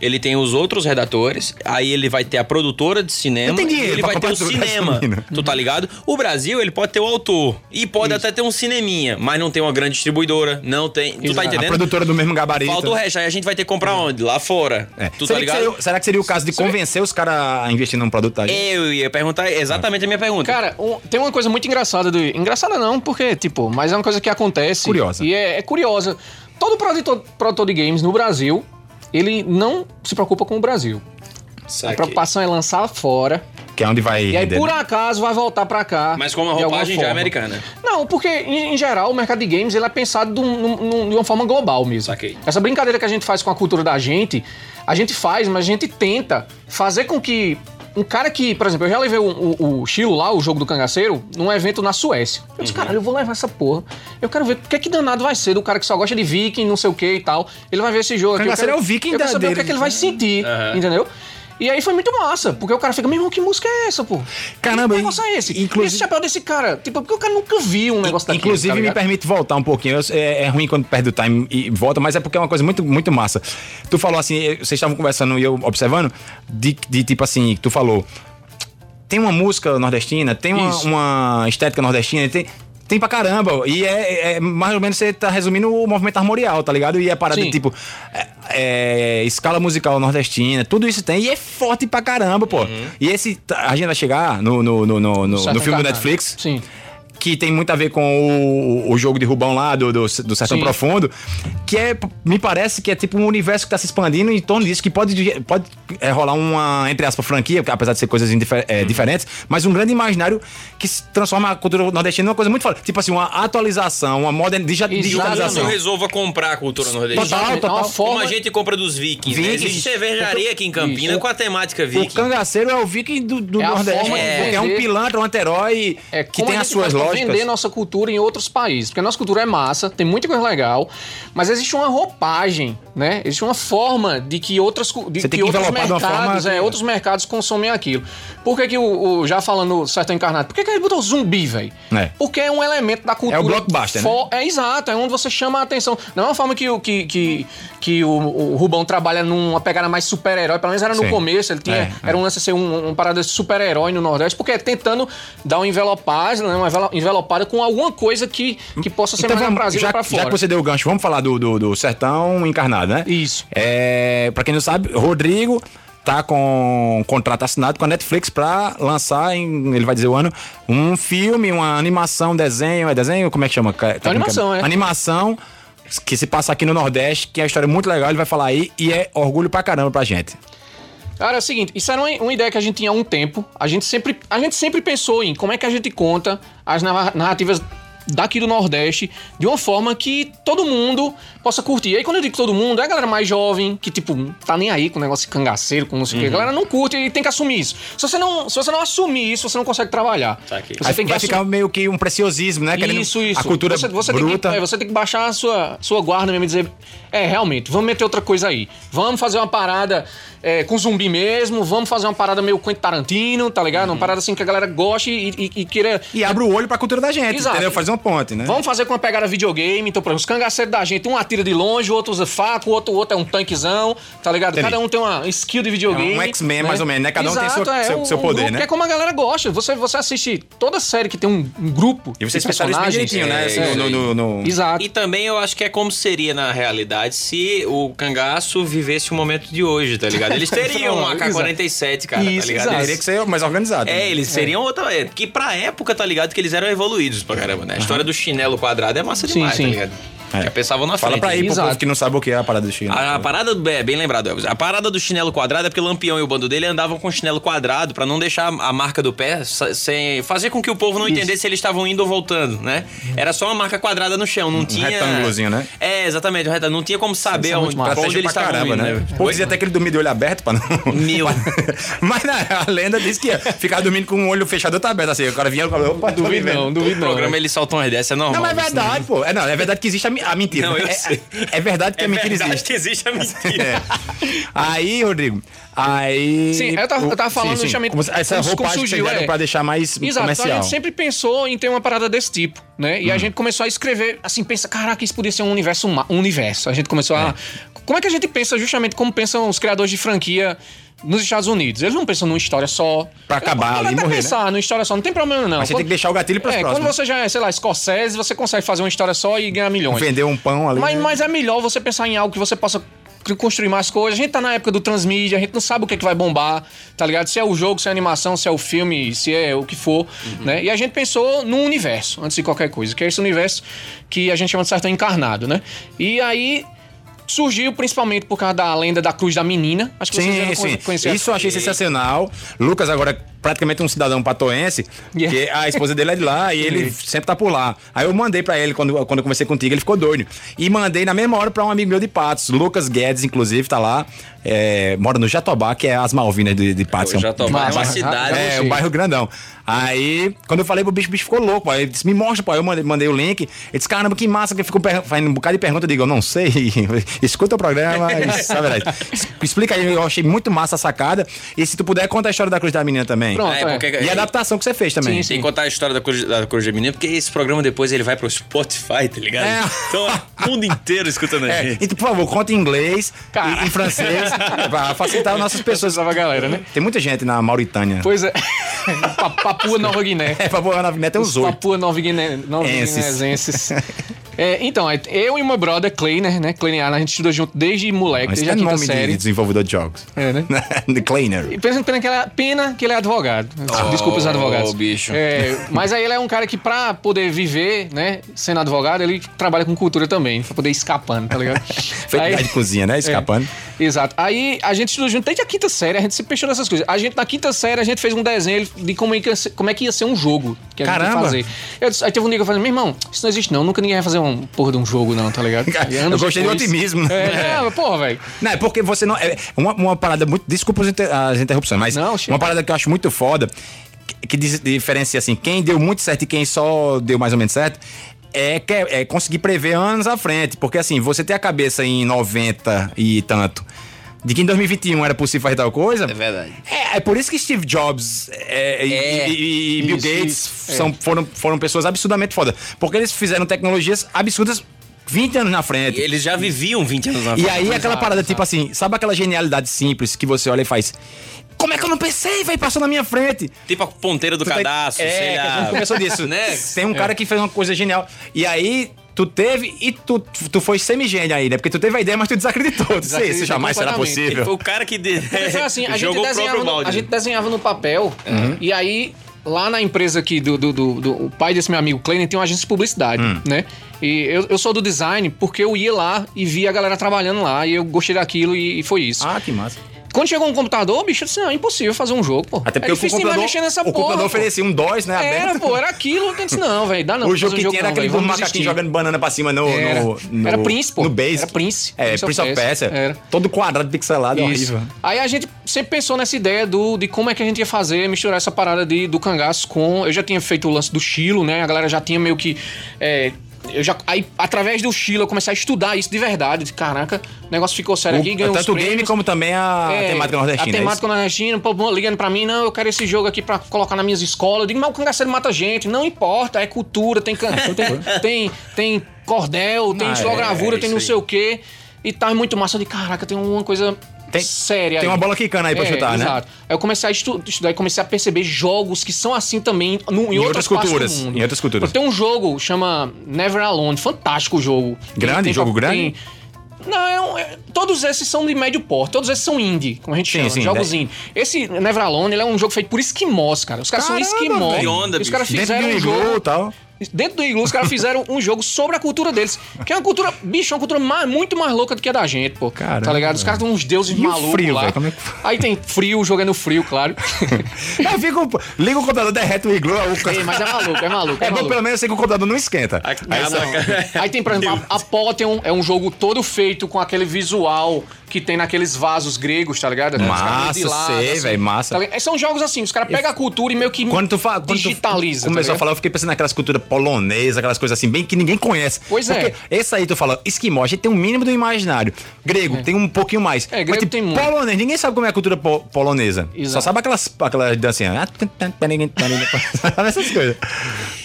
Ele tem os outros redatores, aí ele vai ter a produtora de cinema,
Eu tenho dinheiro
e ele
pra
vai ter
comprar
o
tudo dessa
cinema.
menina.
Tu tá ligado? O Brasil, ele pode ter o autor. E pode até ter um cineminha, mas não tem uma grande distribuidora. Não tem. Tu tá
Exato.
A
entendendo?
produtora do mesmo gabarito.
Falta o resto. Aí a gente vai ter que comprar onde? Lá fora.
É.
Tu tá
será, que
ligado?
seria, será que seria o caso de convencer os caras a investir num produto aí?
Eu ia perguntar exatamente a minha pergunta.
Cara, um- tem uma coisa muito engraçada do. Engraçada não, porque, tipo, mas é uma coisa que acontece.
Curiosa.
E é, é curiosa. Todo produtor, produtor de games no Brasil, ele não se preocupa com o Brasil. A preocupação é lançar fora.
Que é onde vai.
E aí,
render,
por
né?
acaso, vai voltar pra cá.
Mas como a
de alguma
roupagem já é
forma.
americana.
Não, porque, em, em geral, o mercado de games ele é pensado de, um- num- num- de uma forma global mesmo.
Saquei.
Essa brincadeira que a gente faz com a cultura da gente, a gente faz, mas a gente tenta fazer com que. Um cara que, por exemplo, eu já levei o, o, o Chilo lá, o jogo do cangaceiro, num evento na Suécia. Eu
Uhum.
disse, caralho, eu vou levar essa porra. Eu quero ver o que é que danado vai ser do cara que só gosta de viking, não sei o que e tal. Ele vai ver esse jogo aqui. eu
Cangaceiro
quero-
é o viking
eu quero
da-
saber o que
dele.
é que ele vai sentir, entendeu? E aí foi muito massa, porque o cara fica, meu irmão, que música é essa, pô?
Caramba,
que negócio
in-
é esse?
inclusive-
Esse chapéu desse cara, tipo, porque o cara nunca viu um negócio daquele.
Inclusive,
tá
me
ligado?
permite voltar um pouquinho. Eu- é, é ruim quando perde o time e volta, mas é porque é uma coisa muito, muito massa. Tu falou assim, eu- vocês estavam conversando e eu observando, de, de tipo assim, tu falou. Tem uma música nordestina, tem uma,
Isso.
uma estética nordestina, tem. Tem pra caramba. E é, é mais ou menos você tá resumindo o movimento armorial, tá ligado? E é parada
Sim.
de tipo. é, é, escala musical nordestina, tudo isso tem. E é forte pra caramba, pô.
Uhum.
E esse. tá, A gente vai chegar no, no, no, no, no-
Certo
no filme do
encarnado.
Netflix
Sim.
que tem muito a ver com o, o jogo de Rubão lá, do, do, do Sertão
Sim.
Profundo, que é, me parece que é tipo um universo que tá se expandindo em torno disso, que pode, pode é, rolar uma, entre aspas, franquia, apesar de ser coisas indifer-
Uhum.
é, diferentes, mas um grande imaginário que se transforma a cultura nordestina numa coisa muito foda. Tipo assim, uma atualização, uma moderna, digi-
Exatamente.
Então, eu
digitalização.
resolva comprar a cultura nordestina.
Total.
Exatamente, é uma
Como
forma
a gente compra dos vikings. né?
Vikings.
Existe cervejaria aqui em Campina
Isso.
com a temática
O
viking.
cangaceiro é o viking do, do
É a
Nordeste.
forma de
É, porque é um
dizer-
pilantra, um anterói
É,
que
como tá
tem
a
as
gente
suas
faz pra
lógicas.
vender nossa cultura em outros países. Porque a nossa cultura é massa, tem muita coisa legal, mas existe uma roupagem, né? Existe uma forma de que outras cu- de
Você tem que
outros
envelopar de uma
mercados,
forma que-
é, outros mercados consomem aquilo. Por que que o, o- já falando certo encarnado, por que que ele botou zumbi, velho?
É.
Porque é um elemento da cultura.
É o blockbuster, né?
Fo- É exato, é onde você chama a atenção. Não é uma forma que o, que, que, que o, o Rubão trabalha numa pegada mais super-herói, pelo menos era no
Sim.
começo, ele tinha.
É, é.
Era um lance ser um, um parada de super-herói no Nordeste, porque é tentando dar uma envelopada, né? Uma envelo- envelopada com alguma coisa que, que possa ser mais
Então, vamos-
aprazível
já,
pra
já
fora.
que você deu o gancho, vamos falar do, do, do Sertão Encarnado, né?
Isso.
É, pra quem não sabe, Rodrigo tá com um contrato assinado com a Netflix pra lançar, em, ele vai dizer o ano, um filme, uma animação, desenho, é desenho? Como é que chama? É
animação, é.
Animação que se passa aqui no Nordeste, que é uma história muito legal, ele vai falar aí, e é orgulho pra caramba pra gente.
Cara, é o seguinte, isso era uma, uma ideia que a gente tinha há um tempo. A gente, sempre, a gente sempre pensou em como é que a gente conta as narra- narrativas daqui do Nordeste de uma forma que todo mundo possa curtir. E aí, quando eu digo todo mundo, é a galera mais jovem, que, tipo, tá nem aí com o negócio de cangaceiro, com não sei o
Uhum.
quê. A galera não curte e tem que assumir isso. Se você não, se você não assumir isso, você não consegue trabalhar.
aqui.
Você
Aí
tem que
vai
assumir.
ficar meio que um preciosismo, né? Querendo
Isso, isso.
A cultura
você, você
bruta.
Tem que, é, você tem que baixar a sua, sua guarda mesmo e dizer: é, realmente, vamos meter outra coisa aí. Vamos fazer uma parada é, com zumbi mesmo, vamos fazer uma parada meio Quentin Tarantino, tá ligado?
Uhum.
Uma parada assim que a galera goste e, e, e queira.
E abre o olho pra cultura da gente,
Exato.
entendeu? Fazer uma ponte, né?
Vamos fazer com uma pegada videogame. Então, por exemplo, os cangaceiros da gente, um atira de longe, o outro usa faca, o outro, o outro é um tanquezão, tá ligado?
Entendi.
Cada um tem uma skill de videogame.
É um X-Men, mais ou menos, né? Cada um tem seu- seu- seu poder,
grupo,
né?
que É como a galera gosta. Você, você assiste toda série que tem um, um grupo.
E é vocês
de
pensaram isso
personagens,
direitinho, né?
é,
Assim,
é.
no, no- no-
Exato.
E também eu acho que é como seria na realidade se o cangaço vivesse o momento de hoje, tá ligado? Eles teriam um AK-47, cara, tá
Isso,
ligado?
exato.
Eles-
Teria que ser mais organizado.
É, eles seriam outra. é, Que pra época, tá ligado? Que eles eram evoluídos pra caramba, né? A história do chinelo quadrado é massa
Sim,
demais,
sim. É.
tá ligado? Já pensavam na
Fala
frente. né?
pra aí pro
Exato. Ah,
povo que não sabe o que é a parada do Chile.
A, a parada do. É, bem lembrado, Elvis. A parada do chinelo quadrado é porque Lampião e o bando dele andavam com chinelo quadrado pra não deixar a marca do pé sa- sem. fazer com que o povo não entendesse se eles estavam indo ou voltando, né? Era só uma marca quadrada no chão, não tinha.
retângulozinho, né?
É, exatamente, um retângulo. Não tinha como saber
é muito
onde, pra
Estratégia
onde eles
pra
estavam
caramba,
indo,
né?
né?
O povo dizia até que ele dormia de olho aberto pra não.
Meu.
Mas né, a lenda diz que ficar dormindo com o olho fechado ou tá aberto. Assim, o cara vinha e falava, opa, tô
Duvido
vivendo.
não, duvido
O
não.
programa eles soltam umas dessas, é normal.
Não, mas é
isso, né?
verdade, pô. É, não, é verdade que existe a, mi- a mentira.
Não, eu
é,
sei.
é verdade que
É
a mentira
verdade
existe.
que existe a mentira.
É. Aí, Rodrigo, aí.
Sim, eu tava- eu tava
Sim,
falando
sim.
justamente
Como se- Essa
como- como
roupagem que
surgiu,
vocês deram
é.
pra deixar mais
Exato, então
comercial. Hum.
a gente sempre pensou em ter uma parada desse tipo, né? E a gente começou a escrever, assim, pensa, caraca, isso podia ser um universo, ma- um universo. A gente começou a... Como é que a gente pensa justamente como pensam os criadores de franquia nos Estados Unidos? Eles não pensam numa história só.
Pra
Eles
acabar
podem
ali e
até
morrer, né?
pensar numa história só, não tem problema não.
Mas você tem que deixar o gatilho pras
é,
próximas.
quando você já é, sei lá, escocese, você consegue fazer uma história só e ganhar milhões.
Vender um pão ali.
Mas,
né?
mas é melhor você pensar em algo que você possa c- construir mais coisas. A gente tá na época do transmídia, a gente não sabe o que, é que vai bombar, tá ligado? Se é o jogo, se é a animação, se é o filme, se é o que for,
Uhum.
né? E a gente pensou num universo, antes de qualquer coisa, que é esse universo que a gente chama de sertão encarnado, né? E aí surgiu principalmente por causa da lenda da cruz da menina. Acho que vocês
Sim,
já
sim.
conheciam.
Isso eu achei sensacional. Lucas agora é praticamente um cidadão patoense,
Yeah.
que a esposa dele é de lá e ele sempre tá por lá. Aí eu mandei pra ele quando, quando eu conversei contigo, ele ficou doido. E mandei na mesma hora pra um amigo meu de Patos, Lucas Guedes, inclusive, tá lá. é, mora no Jatobá, que é as Malvinas de, de Patos.
O Jatobá
é uma cidade.
É,
Sim.
um bairro grandão. Aí, quando eu falei pro bicho, o bicho ficou louco, pô. Ele disse, me mostra, pô. Aí Eu mandei, mandei o link. Ele disse, caramba, que massa que ele ficou per- fazendo um bocado de pergunta. Eu digo, eu não sei. Escuta o programa. e sabe lá. Es- Explica aí, eu achei muito massa a sacada. E se tu puder, conta a história da Cruz da Menina também.
Pronto,
É, porque-
E a adaptação que você fez também.
Tem que contar a história da Cruz, da Cruz Gemini, porque esse programa depois ele vai pro Spotify, tá ligado?
É.
Então, é o mundo inteiro escutando a
É,
gente.
então, por favor, conta em inglês
Cara.
e em francês pra facilitar as nossas pessoas.
Precisava a galera, né?
Tem muita gente na Mauritânia.
Pois é. Pa- Papua Nova Guiné.
É, pra boa, na Avenida tem uns oito.
Papua Nova Guiné, Nova
Enses.
Guinéenses. É, então, é, eu e uma brother, Kleiner, né? Kleiner, a gente estudou junto desde moleque,
Mas
desde
é
a quinta
nome de
série.
desenvolvedor de jogos.
É, né?
The Cleaner.
E Pena, pena, que ele é, pena que ele é advogado.
Oh,
Desculpa os advogados.
bicho.
É, mas aí ele é um cara que, pra poder viver, né, sendo advogado, ele trabalha com cultura também, pra poder ir escapando, tá ligado?
Feito
Aí-
de cozinha, né? Escapando.
É, exato. Aí a gente estudou junto desde a quinta série, a gente se fechou nessas coisas. A gente, na quinta série, a gente fez um desenho de como é que ia ser, como é que ia ser um jogo que a gente ia
Caramba.
fazer. Eu disse- aí teve um dia que eu falei, meu irmão, isso não existe não, nunca ninguém vai fazer um porra de um jogo não, tá ligado?
Cara,
E anos
eu gostei do otimismo, né?
É, é. mas porra, velho.
Não, é porque você não. É uma, uma parada muito. Desculpa as, inter- as interrupções, mas.
Não, chega.
uma parada que eu acho muito foda. que diz- diferencia assim, quem deu muito certo e quem só deu mais ou menos certo. É, que- é conseguir prever anos à frente, porque assim, você ter a cabeça em 90 e tanto, de que em 2021 era possível fazer tal coisa. É
verdade.
É, é por isso que Steve Jobs é, e-
É.
e, e Bill
Isso,
Gates
isso. É.
são, foram, foram pessoas absurdamente foda, porque eles fizeram tecnologias absurdas 20 anos na frente.
E eles já viviam 20 anos na
E
frente.
aí aquela parada, tipo assim, sabe aquela genialidade simples que você olha e faz. Como é que eu não pensei, velho? Passou na minha frente.
Tipo a ponteira do
Tu tá-
cadastro,
é,
sei
que a
lá.
gente começou disso.
né?
Tem um
É.
cara que fez uma coisa genial. E aí, tu teve e tu, tu foi semigênio aí, né? Porque tu teve a ideia, mas tu desacreditou. Tu disse,
Desacreditou
isso jamais será
completamente.
Ele Foi
possível.
o cara que de-
Porque
É,
foi assim, a gente,
jogou o
desenhava
próprio
no,
balde.
a gente desenhava no papel
Uhum.
e aí lá na empresa aqui do, do, do- do- o pai desse meu amigo Kleiner tem uma agência de publicidade,
Hum.
né? E eu, eu sou do design porque eu ia lá e via a galera trabalhando lá e eu gostei daquilo e, e foi isso.
Ah, que massa.
Quando chegou um computador, bicho, eu disse, não, é impossível fazer um jogo, pô.
Até porque
é
o
difícil demais
computador,
mexer nessa
o
porra.
computador
pô.
oferecia um DOS, né?
Era,
aberto.
pô, era aquilo. Eu disse, não, velho, dá não.
o
pra
jogo
fazer
que
um
tinha era
não,
aquele
velho,
do
vamos
macaquinho
desistir.
jogando banana pra cima no.
Era.
no, no-
Era Prince, pô.
No base.
Era Prince.
É, Prince, of Persia.
Era.
Todo quadrado pixelado, é
Isso.
horrível.
Aí a gente sempre pensou nessa ideia do, de como é que a gente ia fazer, misturar essa parada de, do cangaço com. Eu já tinha feito o lance do Chilo, né? A galera já tinha meio que. é, eu já, aí, através do Chilo, eu comecei a estudar isso de verdade. De, Caraca, o negócio ficou sério aqui, ganhou uns
tanto o game
prêmios.
como também a
É,
temática nordestina.
A
é isso?
temática nordestina, pô, bom, ligando pra mim, não, eu quero esse jogo aqui pra colocar nas minhas escolas. Eu digo, mas o cangaceiro mata gente. Não importa, é cultura, tem can... tem, tem, tem cordel, tem
Ah, é,
estilogravura,
é
tem
isso
não
aí.
sei o quê. E tá muito massa. Eu digo, caraca, tem uma coisa
Tem-
séria
tem
aí. É,
uma bola quicando aí pra chutar, né?
Exato. Aí eu comecei a estu- estudar e comecei a perceber jogos que são assim também no- em,
Em
outras,
outras
partes
culturas,
do mundo.
em outras culturas.
Tem um jogo, chama Never Alone, fantástico jogo.
Grande?
Tem-
Jogo
tem-
grande?
não, é um- é- todos esses são de médio porte, todos esses são indie, como a gente
Sim,
chama,
sim,
jogos
né?
indie. Esse Never Alone, ele é um jogo feito por esquimós, cara. Os caras
Caramba,
são esquimós.
velho. Que
onda,
E os caras
Dentro
fizeram
de um
um
iglu e
jogo...
tal.
Dentro do iglu, os caras fizeram um jogo sobre a cultura deles. Que é uma cultura, bicho, é uma cultura mais- muito mais louca do que a da gente, pô.
Caramba.
Tá ligado? Os caras são uns deuses
E o
malucos
frio,
lá.
velho, como é que-
Aí tem frio, jogando frio, claro.
Eu fico. um Liga o computador, derrete o iglu. O...
Ei, mas é maluco, é maluco.
É,
maluco.
bom, pelo menos eu sei que o computador não esquenta.
Aí
Ah,
só-
não. Aí tem, por exemplo, a- Apotheon é um jogo todo feito com aquele visual que tem naqueles vasos gregos, tá ligado? Os
Massa,
caras de lado,
sei, velho, massa.
tá ligado? São jogos assim, os caras pegam a cultura e meio que
Quando tu fala. Quando tu
digitaliza. tá
começou a
ligado?
falar, eu fiquei pensando naquelas culturas polonesas, aquelas coisas assim, bem que ninguém conhece.
Pois é.
Porque esse aí tu fala, esquimó, a gente tem um mínimo do imaginário. Grego, tem um pouquinho mais.
É, grego tem muito.
Polonês, ninguém sabe como é a cultura po- polonesa.
Exato.
Só sabe aquelas, aquelas dancinhas. Sabe essas coisas.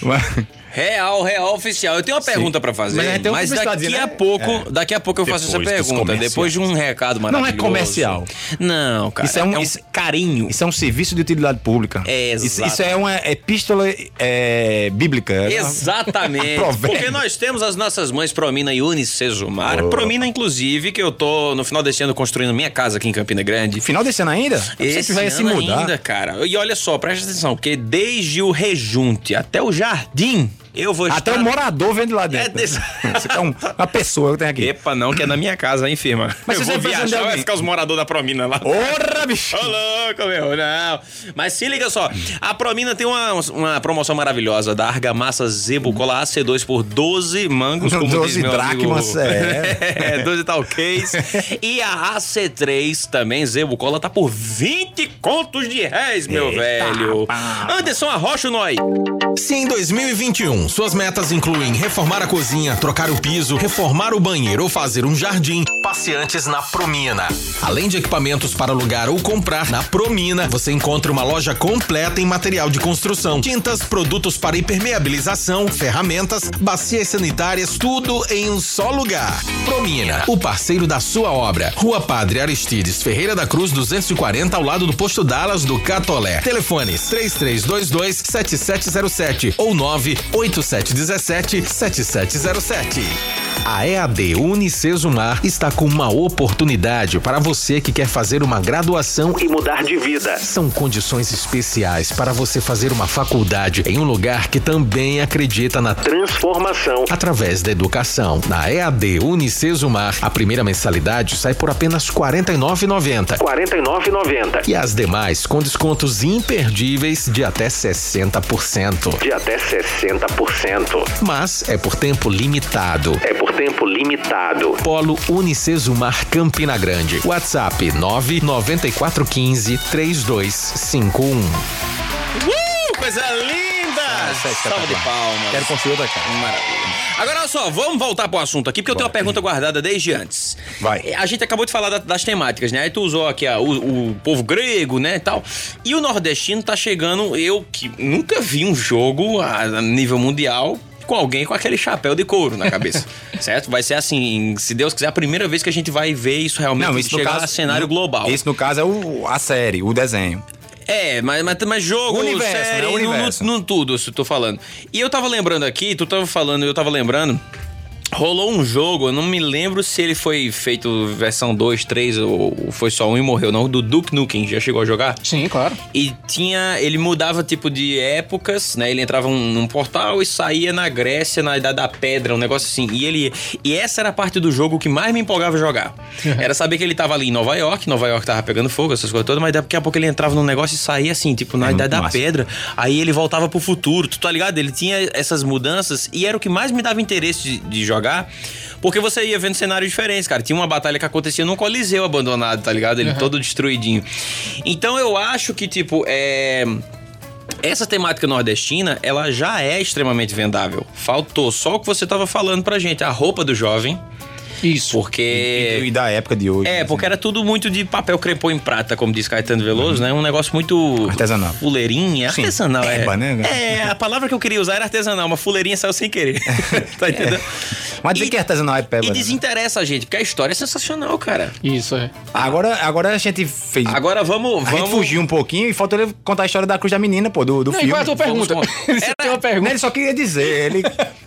Mas-
Real, real oficial. Eu tenho uma pergunta pra fazer,
Mas a gente
mas,
tem uma publicidade,
daqui
né?
a pouco, daqui a pouco eu faço essa
Depois dos
pergunta,
comerciais.
depois de um recado maravilhoso.
é comercial.
Não, cara.
Isso é um- isso-
carinho.
Isso é um serviço de utilidade pública.
É,
isso,
exato.
isso é uma epístola é, bíblica.
um Exatamente.
Provérbio.
Porque nós temos as nossas mães Promina e Unicesumar. Promina, inclusive, que eu tô no final deste ano construindo minha casa aqui em Campina Grande.
Final desse ano ainda?
Esse
vai
ano
se mudar.
ainda, cara. E olha só, presta atenção, porque desde o rejunte até o jardim, eu vou
Até
estar...
o morador vende lá dentro.
É desse-
Você é um- uma pessoa que tem aqui.
Epa, não, que é na minha casa, hein, firma.
Mas
eu
você
vou
vai fazer é
viajar,
alguém?
vai ficar os moradores da Promina lá.
Ora, bicho!
Ô, louco, meu, não. Mas se liga só, a Promina tem uma, uma promoção maravilhosa da argamassa Zebo Cola AC2 por 12 mangos, como
12
diz meu
dracmas,
amigo.
é.
é. 12 talquês. e a AC3 também, Zebo Cola, tá por 20 contos de réis, meu velho. Anderson Arrocha, nós.
Se em 2021 suas metas incluem reformar a cozinha, trocar o piso, reformar o banheiro ou fazer um jardim, passeantes na Promina. Além de equipamentos para alugar ou comprar, na Promina você encontra uma loja completa em material de construção, tintas, produtos para impermeabilização, ferramentas, bacias sanitárias, tudo em um só lugar. Promina, o parceiro da sua obra. Rua Padre Aristides Ferreira da Cruz 240, ao lado do posto Dallas do Catolé. Telefones 3322 7707 ou 98717 7707. A EAD Unicesumar está com uma oportunidade para você que quer fazer uma graduação
e mudar de vida.
são condições especiais para você fazer uma faculdade em um lugar que também acredita na
Transformação.
através da educação. Na EAD Unicesumar, a primeira mensalidade sai por apenas R$ 49,90
R$ 49,90.
e as demais com descontos imperdíveis de até 60%.
De até 60%.
Mas é por tempo limitado.
É por tempo limitado.
Polo Unicesumar Campina Grande. um. WhatsApp 99415 3251.
Uh, coisa linda!
Isso
Salva Ah, de
é espetacular.
palmas. Hum,
Quero construir outra casa.
Maravilha. Agora, olha só, vamos voltar pro assunto aqui, porque eu tenho uma pergunta guardada desde antes. É,
Vai.
A gente acabou de falar da- das temáticas, né? Aí tu usou aqui a- o, o povo grego, né, e tal. E o nordestino tá chegando, eu que nunca vi um jogo a, a nível mundial com alguém com aquele chapéu de couro na cabeça, certo? Vai ser assim, se Deus quiser, a primeira vez que a gente vai ver isso realmente chegar a cenário
no-
global.
Isso no caso é o- a série, o desenho.
É, mas, mas, mas jogo,
O universo,
série,
né? O
no-
universo.
No, no tudo, se eu tô falando. E eu tava lembrando aqui, tu tava falando, eu tava lembrando. Rolou um jogo, eu não me lembro se ele foi feito versão 2, 3 ou ou foi só um e morreu, não. Do Duke Nukem, já chegou a jogar?
Sim, claro.
E tinha. Ele mudava tipo de épocas, né? Ele entrava um- num portal e saía na Grécia, na Idade da Pedra, um negócio assim. E ele. E essa era a parte do jogo que mais me empolgava jogar. Era saber que ele tava ali em Nova York, Nova York tava pegando fogo, essas coisas todas, mas daqui a pouco ele entrava num negócio e saía assim, tipo, na Idade da
massa.
Pedra. Aí ele voltava pro futuro, tu tá ligado? Ele tinha essas mudanças e era o que mais me dava interesse de, de jogar. Porque você ia vendo cenários diferentes, cara. Tinha uma batalha que acontecia num coliseu abandonado, tá ligado? Ele todo destruidinho. Então eu acho que, tipo, é. Essa temática nordestina, ela já é extremamente vendável. Faltou só o que você tava falando pra gente, a roupa do jovem,
Isso.
porque
E da época de hoje.
é,
assim.
porque era tudo muito de papel crepom em prata, como diz Caetano Veloso, né? Um negócio muito.
Artesanal.
Fuleirinha.
Sim,
Artesanal, é.
peba, né?
É, a palavra que eu queria usar era artesanal, mas fuleirinha saiu sem querer. tá entendendo?
Mas dizer
E-
que artesanal é peba.
E
né?
desinteressa a gente, porque a história é sensacional, cara.
Isso, é.
Agora, agora a gente fez.
Agora vamos.
a
vamos...
gente fugiu um pouquinho e faltou ele contar a história da cruz da menina, pô, do, do
Não, e
filme.
qual é a tua pergunta?
Vamos com-
Você tem uma
Não,
pergunta?
Né, Ele só queria dizer. Ele,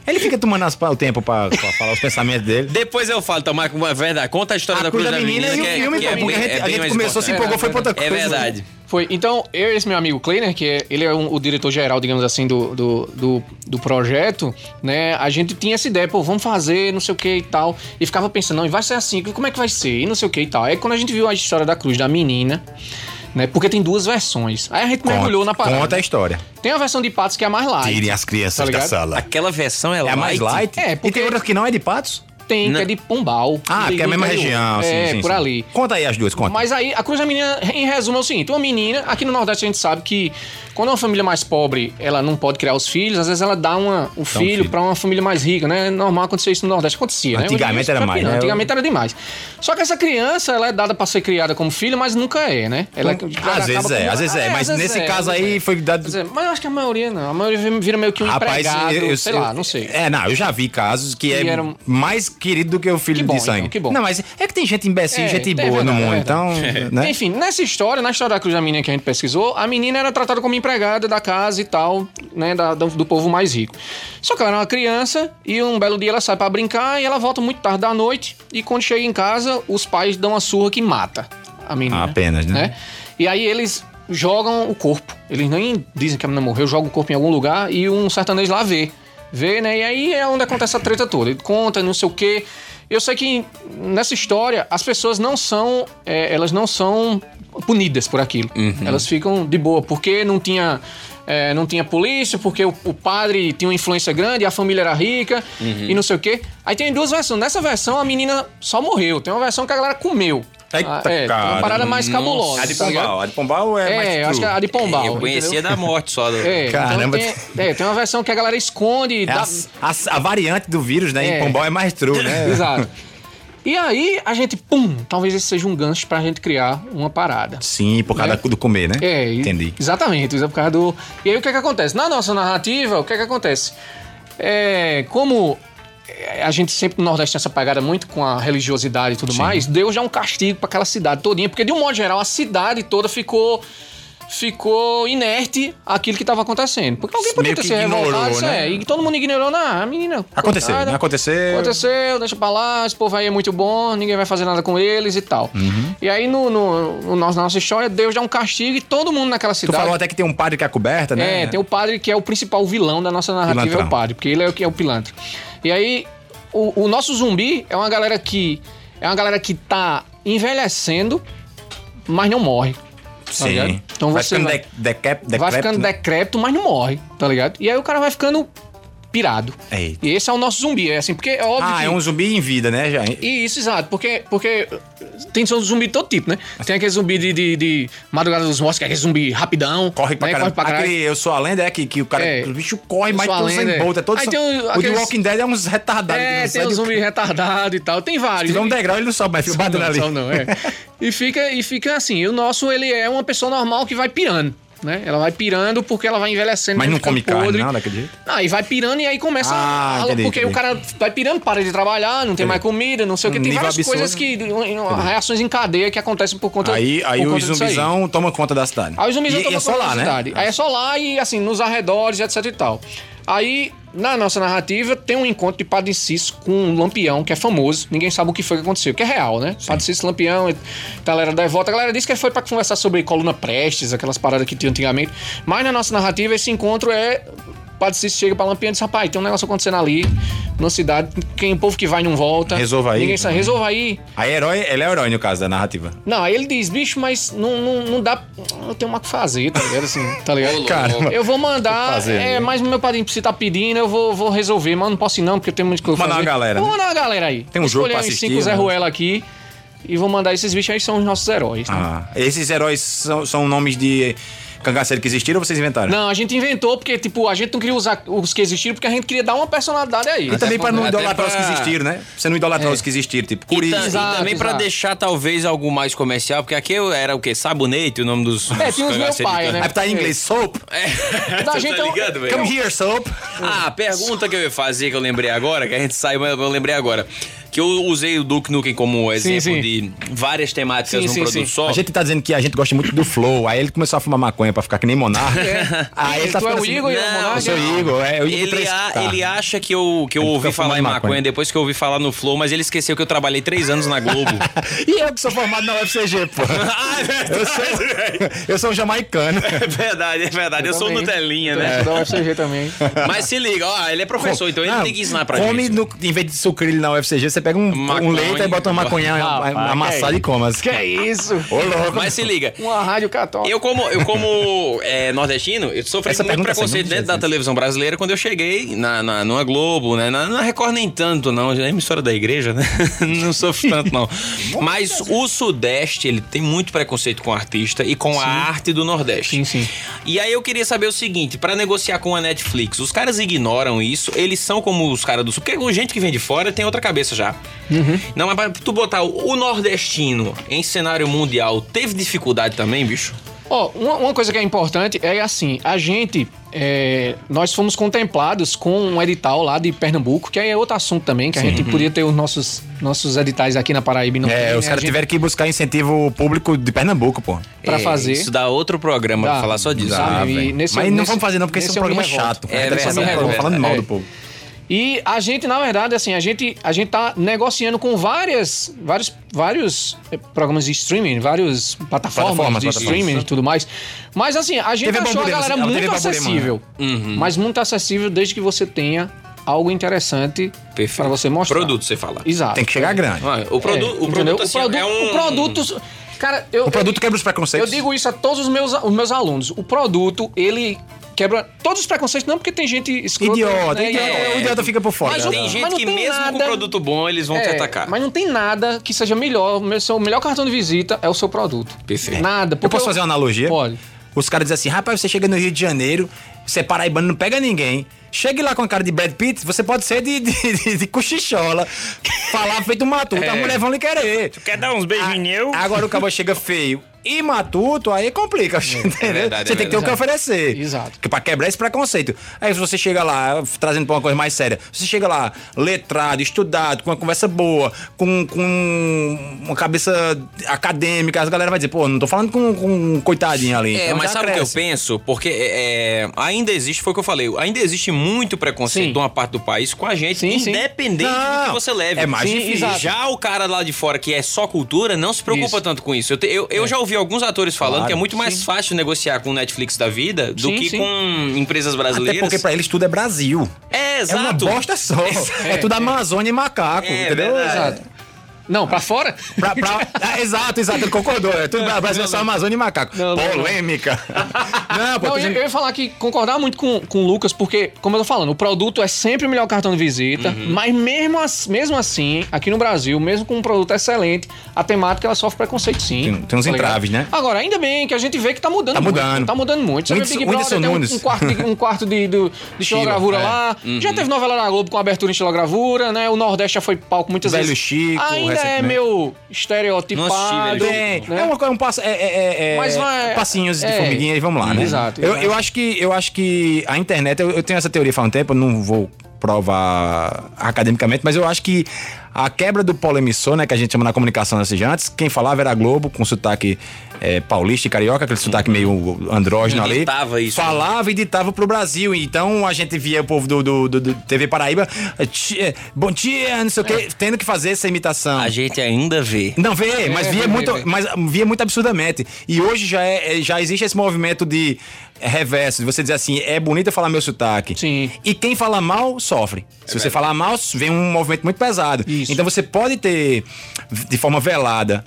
ele fica tomando as, pa- o tempo pra, pra falar os pensamentos dele.
Depois eu falo, Tomar, com uma verdade. Conta a história da Cruz da, Menina,
e o
que é-
filme,
que
pô,
é
porque
bem-
a gente,
é
a
bem
gente
mais
começou, se
importante.
empolgou, foi pra outra
É
coisa.
verdade.
Foi. Então, eu e esse meu amigo Kleiner, que é, ele é um- o diretor-geral, digamos assim, do, do, do, do projeto, né? A gente tinha essa ideia, pô, vamos fazer, não sei o que e tal. E ficava pensando, não, e vai ser assim, como é que vai ser? E não sei o que e tal. Aí quando a gente viu a história da cruz da menina, né? Porque tem duas versões. Aí a gente mergulhou na parada.
Conta a história.
Tá
Tem a versão de Patos que é a mais light.
Tirem as
Tá
crianças
ligado?
da sala.
Aquela versão é,
É a mais light?
É,
E
porque-
tem outras que não é de patos?
Tem,
Não.
que é de Pombal.
Ah,
Tem
que é a
do
mesma
interior.
região, sim,
É,
sim,
por
sim.
ali.
Conta aí as duas, conta.
Mas aí, a cruz da menina, em resumo, é o seguinte: uma menina, aqui no Nordeste a gente sabe que quando uma família mais pobre ela não pode criar os filhos, às vezes ela dá uma,
um
o filho,
filho.
pra uma família mais rica, né? É Normal acontecer isso no Nordeste, acontecia, né?
Antigamente
Hoje em dia,
era
isso
mais,
não,
né?
Antigamente era demais. Só que essa criança, ela é dada pra ser criada como filho, mas nunca é, né? Ela, ela
Às
acaba
vezes é,
como-
às vezes é.
Ah,
Mas
às vezes
nesse
é,
caso
às vezes
aí
é.
foi
Às
dado.
vezes é. Mas eu acho que a maioria não. A maioria vira meio que um
Rapaz,
empregado,
eu, eu-
sei
eu-
lá, não sei.
É, não, eu já vi casos que, é
eram-
mais querido do que o filho
Que bom,
de sangue.
então, que bom.
Não, mas é que tem gente imbecil,
É,
gente
é
boa no
verdade,
mundo,
é
então, né?
Enfim, nessa história, na história da Cruz da Menina que a gente pesquisou, a menina era tratada como empregada da casa e tal, né, da- do, do povo mais rico. Só que ela era uma criança e um belo dia ela sai pra brincar e ela volta muito tarde da noite e quando chega em casa, os pais dão uma surra que mata a menina. É.
Apenas, né?
E aí eles jogam o corpo. Eles nem dizem que a menina morreu, jogam o corpo em algum lugar e um sertanejo lá vê. Vê, né? E aí é onde acontece a treta toda. Ele conta, não sei o quê. Eu sei que nessa história as pessoas não são. é, elas não são punidas por aquilo.
Uhum.
Elas ficam de boa, porque não tinha. é, não tinha polícia, porque o, o padre tinha uma influência grande, a família era rica
Uhum.
e não sei o quê. Aí tem duas versões. Nessa versão, a menina só morreu. Tem uma versão que a galera comeu.
Eita,
Ah, é, tem uma
cara.
parada mais
Nossa.
cabulosa.
A de
tá ligado?
Pombal, a de Pombal é, mais
É, eu acho que
true.
a de Pombal.
Eu conhecia
entendeu?
da morte só. do-
É,
Caramba.
Caramba. tem, é, tem uma versão que a galera esconde.
É
dá-
a, a- a variante do vírus, né?
É.
Em Pombal é mais true, né?
Exato. E aí, a gente, pum, talvez esse seja um gancho pra gente criar uma parada.
Sim, por causa
É.
do comer, né?
É, e-
Entendi.
Exatamente, isso é por causa do. E aí o que é que acontece? Na nossa narrativa, o que é que acontece? É, como é, a gente sempre no Nordeste tem essa pegada muito com a religiosidade e tudo mais, deu já um castigo pra aquela cidade todinha, porque de um modo geral a cidade toda ficou ficou inerte aquilo que estava acontecendo. Porque alguém podia
Meio
ter
que
se revoltado,
ignorou,
isso
né?
é, e todo mundo ignorou, não, a menina.
Aconteceu,
coitada,
né? Aconteceu.
Aconteceu, deixa pra lá, esse povo aí é muito bom, ninguém vai fazer nada com eles e tal.
Uhum.
E aí, no, no, no nosso- na nossa história, Deus dá um castigo e todo mundo naquela
Tu
cidade.
falou até que tem um padre que é coberta, né?
É, tem o padre que é o principal vilão da nossa narrativa, é
Pilantrão.
o padre, porque ele é o que é o pilantra. E aí, o, o nosso zumbi é uma galera que. É uma galera que tá envelhecendo, mas não morre. Tá
Sim.
ligado? Então
vai
você
ficando
vai-
de, decap,
vai
decrépito,
ficando
né?
decrépito, mas não morre, tá ligado? E aí o cara vai ficando pirado.
Eita.
E esse é o nosso zumbi, é assim, porque é óbvio
Ah,
que...
é um zumbi em vida, né? Já.
E isso, exato, porque, porque tem zumbi de todo tipo, né? Tem aquele zumbi de, de, de Madrugada dos Mortos, que é aquele zumbi rapidão.
Corre pra
né?
caramba.
Corre pra caralho.
Aquele, eu sou a lenda, é que, que o cara.
É.
O bicho corre,
Eu
mas
Sou a
tem uns
Lenda,
em
é.
volta. É todo
Aí
só-
tem o-
O de
aqueles-
Walking Dead é uns retardados. que
É,
não sai
tem um
do-
zumbi retardado e tal. Tem
Se
vários.
tiver um
né?
degrau, ele não sobe, mas fica batendo
não,
ali.
são não, é. E fica, e fica assim, e o nosso, ele é uma pessoa normal que vai pirando. Né? Ela vai pirando porque ela vai envelhecendo.
Mas
vai
não
ficando
come carne,
podre.
não, daquele jeito?
Ah, e vai pirando e aí começa.
Ah,
a-
entendi, entendi.
porque
É. Hum,
o cara vai pirando, para de trabalhar, não tem mais comida, não sei o que. Tem
Nível
várias
absurdo.
coisas que. um, reações em cadeia que acontecem por conta
Aí, aí
por
o
conta disso aí.
zumbizão toma conta da cidade.
Aí os zumbizão
E- e
tomam
é só
conta
lá,
da cidade.
né?
Aí é só lá e, assim, nos arredores, etc e tal. Aí, na nossa narrativa, tem um encontro de Padre Cício com um Lampião, que é famoso. Ninguém sabe o que foi que aconteceu, que é real, né? Padre Cício, Lampião, e galera devota. A galera disse que foi pra conversar sobre coluna prestes, aquelas paradas que tinha antigamente. Mas na nossa narrativa, esse encontro é... Padre Cício chega pra Lampião e diz, rapaz, tem um negócio acontecendo ali, na cidade, quem o povo que vai não volta.
Resolva aí. né?
Ninguém sabe, resolva aí.
Aí herói, ele é herói no caso da narrativa.
Não, aí ele diz, bicho, mas não, não, não dá. Eu tenho uma que fazer, tá ligado? Assim, tá ligado?
Caramba.
Eu vou mandar.
Fazer,
é,
né?
mas meu padrinho, se tá pedindo, eu vou, vou resolver. Mas eu não posso ir, não, porque eu tenho muito que eu
Mandar
fazer.
uma galera,
Vou
né?
mandar uma galera aí.
Tem um jogo pra
Escolher uns
assistir,
cinco Zé
né?
Ruela aqui e vou mandar esses bichos aí, são os nossos heróis. né?
Ah, esses heróis são, são nomes de cangaceiros que existiram ou vocês inventaram?
Não, a gente inventou porque, tipo, a gente não queria usar os que existiram porque a gente queria dar uma personalidade aí.
E também pra não
Até
idolatrar
pra-
os que existiram, né? Pra Você não idolatrar os que existiram, tipo
E,
Curi.
ta- e
É. Então, Exato,
também pra
exato.
deixar talvez algo mais comercial, porque aqui eu- era o quê? Sabonete, o nome dos.
É,
dos
tinha os meu
cangaceiros
pai,
de
né?
Aí tá em inglês, soap.
É,
Da
tá
gente é um-
ligado, velho?
Come here, soap.
Ah, a pergunta que eu ia fazer, que eu lembrei agora, que a gente saiu, mas eu lembrei agora. Que eu usei o Duke Nukem como exemplo
sim.
de várias temáticas
Sim,
num
sim,
produto
sim.
só.
A gente tá dizendo que a gente gosta muito do flow. Aí ele começou a fumar maconha pra ficar que nem monarca. Aí ele tá
Tu é
ficando
o
assim,
Igor e eu
não,
o Monarca?
Eu sou o Igor, é. Eu Igor
Ele,
três-
a-
tá.
ele acha que eu, que eu
Ele
ouvi
fica
falar em
fumando
maconha,
maconha.
depois que eu ouvi falar no Flow, mas ele esqueceu que eu trabalhei três anos na Globo.
E eu que sou formado na UFCG, pô.
ah, é verdade.
Eu sou, eu sou um jamaicano.
É verdade, é verdade. Eu, sou
também.
Nutelinha,
É,
né?
da UFCG também.
Mas se liga, ó, ele é professor, então ele
Não,
tem que ensinar pra
come
gente.
no- em vez de sucrilho na UFCG, você pega um,
Maconha.
um leite e bota uma maconha
Rapaz,
amassada
que
e coma. assim.
Que é isso?
Ô, louco.
Mas se liga.
Uma rádio católica.
Eu como, eu como é, nordestino, eu sofri
Essa
muito
pergunta
preconceito
assim, não
dentro da
precisa.
televisão brasileira quando eu cheguei na, na, numa Globo, né? Na, na Record nem tanto, não. Já é emissora da igreja, né? não sofro tanto, não. Mas o Sudeste, ele tem muito preconceito com o artista e com a arte do Nordeste.
Sim, sim.
E aí eu queria saber o seguinte, pra negociar com a Netflix, os caras ignoram isso, eles são como os caras do Sul, porque gente que vem de fora tem outra cabeça já. Não, mas pra tu botar o, o nordestino em cenário mundial, teve dificuldade também, bicho?
Ó, uma, uma coisa que é importante é assim, a gente, é, nós fomos contemplados com um edital lá de Pernambuco, que aí é outro assunto também, que a gente podia ter os nossos, nossos editais aqui na Paraíba e não tem,
É,
né?
os
A
caras
gente-
tiveram que buscar incentivo público de Pernambuco, pô.
pra
É,
fazer.
Isso dá outro programa pra
Dá,
falar só disso.
dá,
Ah,
e
velho.
nesse-
Mas não
nesse-
vamos fazer não, porque esse é
nesse
um
eu me
programa
revolto.
chato.
É
cara. Deve ser
verdade,
um programa
é
falando mal
verdade.
do povo.
E a gente, na verdade, assim, a gente, a gente tá negociando com várias, vários, vários eh, programas de streaming, várias plataformas,
Plataformas,
de
plataformas.
streaming e tudo mais. Mas assim, a gente
TV
achou a
Bambolê,
galera
você- a TV
muito
Bambolê,
acessível.
Uhum.
Mas muito acessível desde que você tenha algo interessante
Perfeito.
para você mostrar.
Produto, você fala.
Exato.
Tem que chegar grande.
Ah, O, produ
É,
o
entendeu?
produto, assim,
o produto,
é um...
o produto- cara, eu,
O produto quebra os
eu, eu
preconceitos.
digo isso a todos os meus, os meus alunos. O produto, ele quebra todos os preconceitos, não porque tem gente escrota,
Idiota,
né,
idiota.
e-
O idiota fica por fora.
Mas
né?
o-
Tem gente
não
que
tem
mesmo com
nada-
produto bom, eles vão te
É,
atacar.
Mas não tem nada que seja melhor. Meu, seu melhor cartão de visita é o seu produto.
Perfeito.
Nada. porque
Eu posso fazer uma analogia?
Pode.
Os caras dizem assim, rapaz, você chega no Rio de Janeiro, você é paraibano, não pega ninguém. Chegue lá com a cara de Brad Pitt, você pode ser de, de, de, de cochichola, falar feito matuto,
É.
as mulheres vão lhe querer.
Quer dar uns beijos
Ah,
em eu?
Agora o cabo chega feio e matuto, aí complica, entendeu?
verdade,
você
é
tem que ter o que oferecer.
Exato.
Que pra quebrar esse preconceito. Aí se você chega lá, trazendo pra uma coisa mais séria, você chega lá letrado, estudado, com uma conversa boa, com, com uma cabeça acadêmica, as galera vai dizer, pô, não tô falando com, com um coitadinho ali.
É,
Então
mas
já
sabe o que eu
cresce.
penso? Porque é, ainda existe, foi o que eu falei, ainda existe muito preconceito
Sim.
de uma parte do país com a gente,
Sim, sim.
independente do que
Não,
você leve.
é mais Sim, difícil.
exato.
Já o cara lá de fora que é só cultura não se preocupa
Isso. É.
tanto com isso. Eu, te- eu, eu já ouvi alguns atores falando
Claro,
que é muito mais fácil negociar com o Netflix da vida do
Sim,
que
sim.
com empresas brasileiras.
Até porque pra eles tudo é Brasil.
É,
É uma
exato.
bosta só. É, tudo Amazônia e macaco,
É,
entendeu?
verdade.
Exato. Não, pra fora?
Pra- pra- Ah, exato, exato, ele concordou. É tudo Brasil, é só Amazônia e macaco.
Não, não, não.
Polêmica. Não, Ah, pô,
Não,
tô
eu,
dizendo-
eu ia falar que concordar muito com, com o Lucas, porque, como eu tô falando, o produto é sempre o melhor cartão de visita,
Uhum.
mas mesmo, as- mesmo assim, aqui no Brasil, mesmo com um produto excelente, a temática ela sofre preconceito sim. Tá
Tem- tem uns
ligado?
entraves, né?
Agora, ainda bem que a gente vê que tá mudando
Tá
muito,
mudando.
Tá mudando muito. Você vê
Whindersson-
Big Brother,
Whindersson
tem
Nunes.
um, um quarto, de, um quarto de, do, de estilogravura
é.
lá. Já teve novela na Globo com abertura em estilogravura, né? O Nordeste já foi palco muitas
Velho
vezes.
Chico, né?
Ainda é
recentemente.
meu estereotipado.
Não assisti Velho Chico.
Tem.
né?
É uma coisa, um passo. É, é, é,
Mas vai-
passinhos de
é.
formiguinha e vamos lá, né?
Exato,
Eu,
exato.
eu, acho que, eu acho que a internet, eu, eu tenho essa teoria faz um tempo, eu não vou provar academicamente, mas eu acho que a quebra do polo emissor, né, que a gente chama na comunicação assim, antes, quem falava era a Globo, com sotaque é, paulista e carioca, aquele sotaque meio andrógeno ali.
Ditava isso, né?
Falava e ditava pro Brasil. Então a gente via o povo do, do, do- do TV Paraíba, "Tia, bom dia, não sei o quê, tendo que fazer essa imitação.
A gente ainda vê.
Não, vê, mas via
vê,
muito,
vê.
mas via muito absurdamente. E hoje já, é, é- já existe esse movimento de reverso, de você dizer assim, é bonito eu falar meu sotaque.
Sim. É
E quem fala mal, sofre. Se você falar mal, vem um movimento muito pesado.
Isso.
Então você pode ter, de forma velada,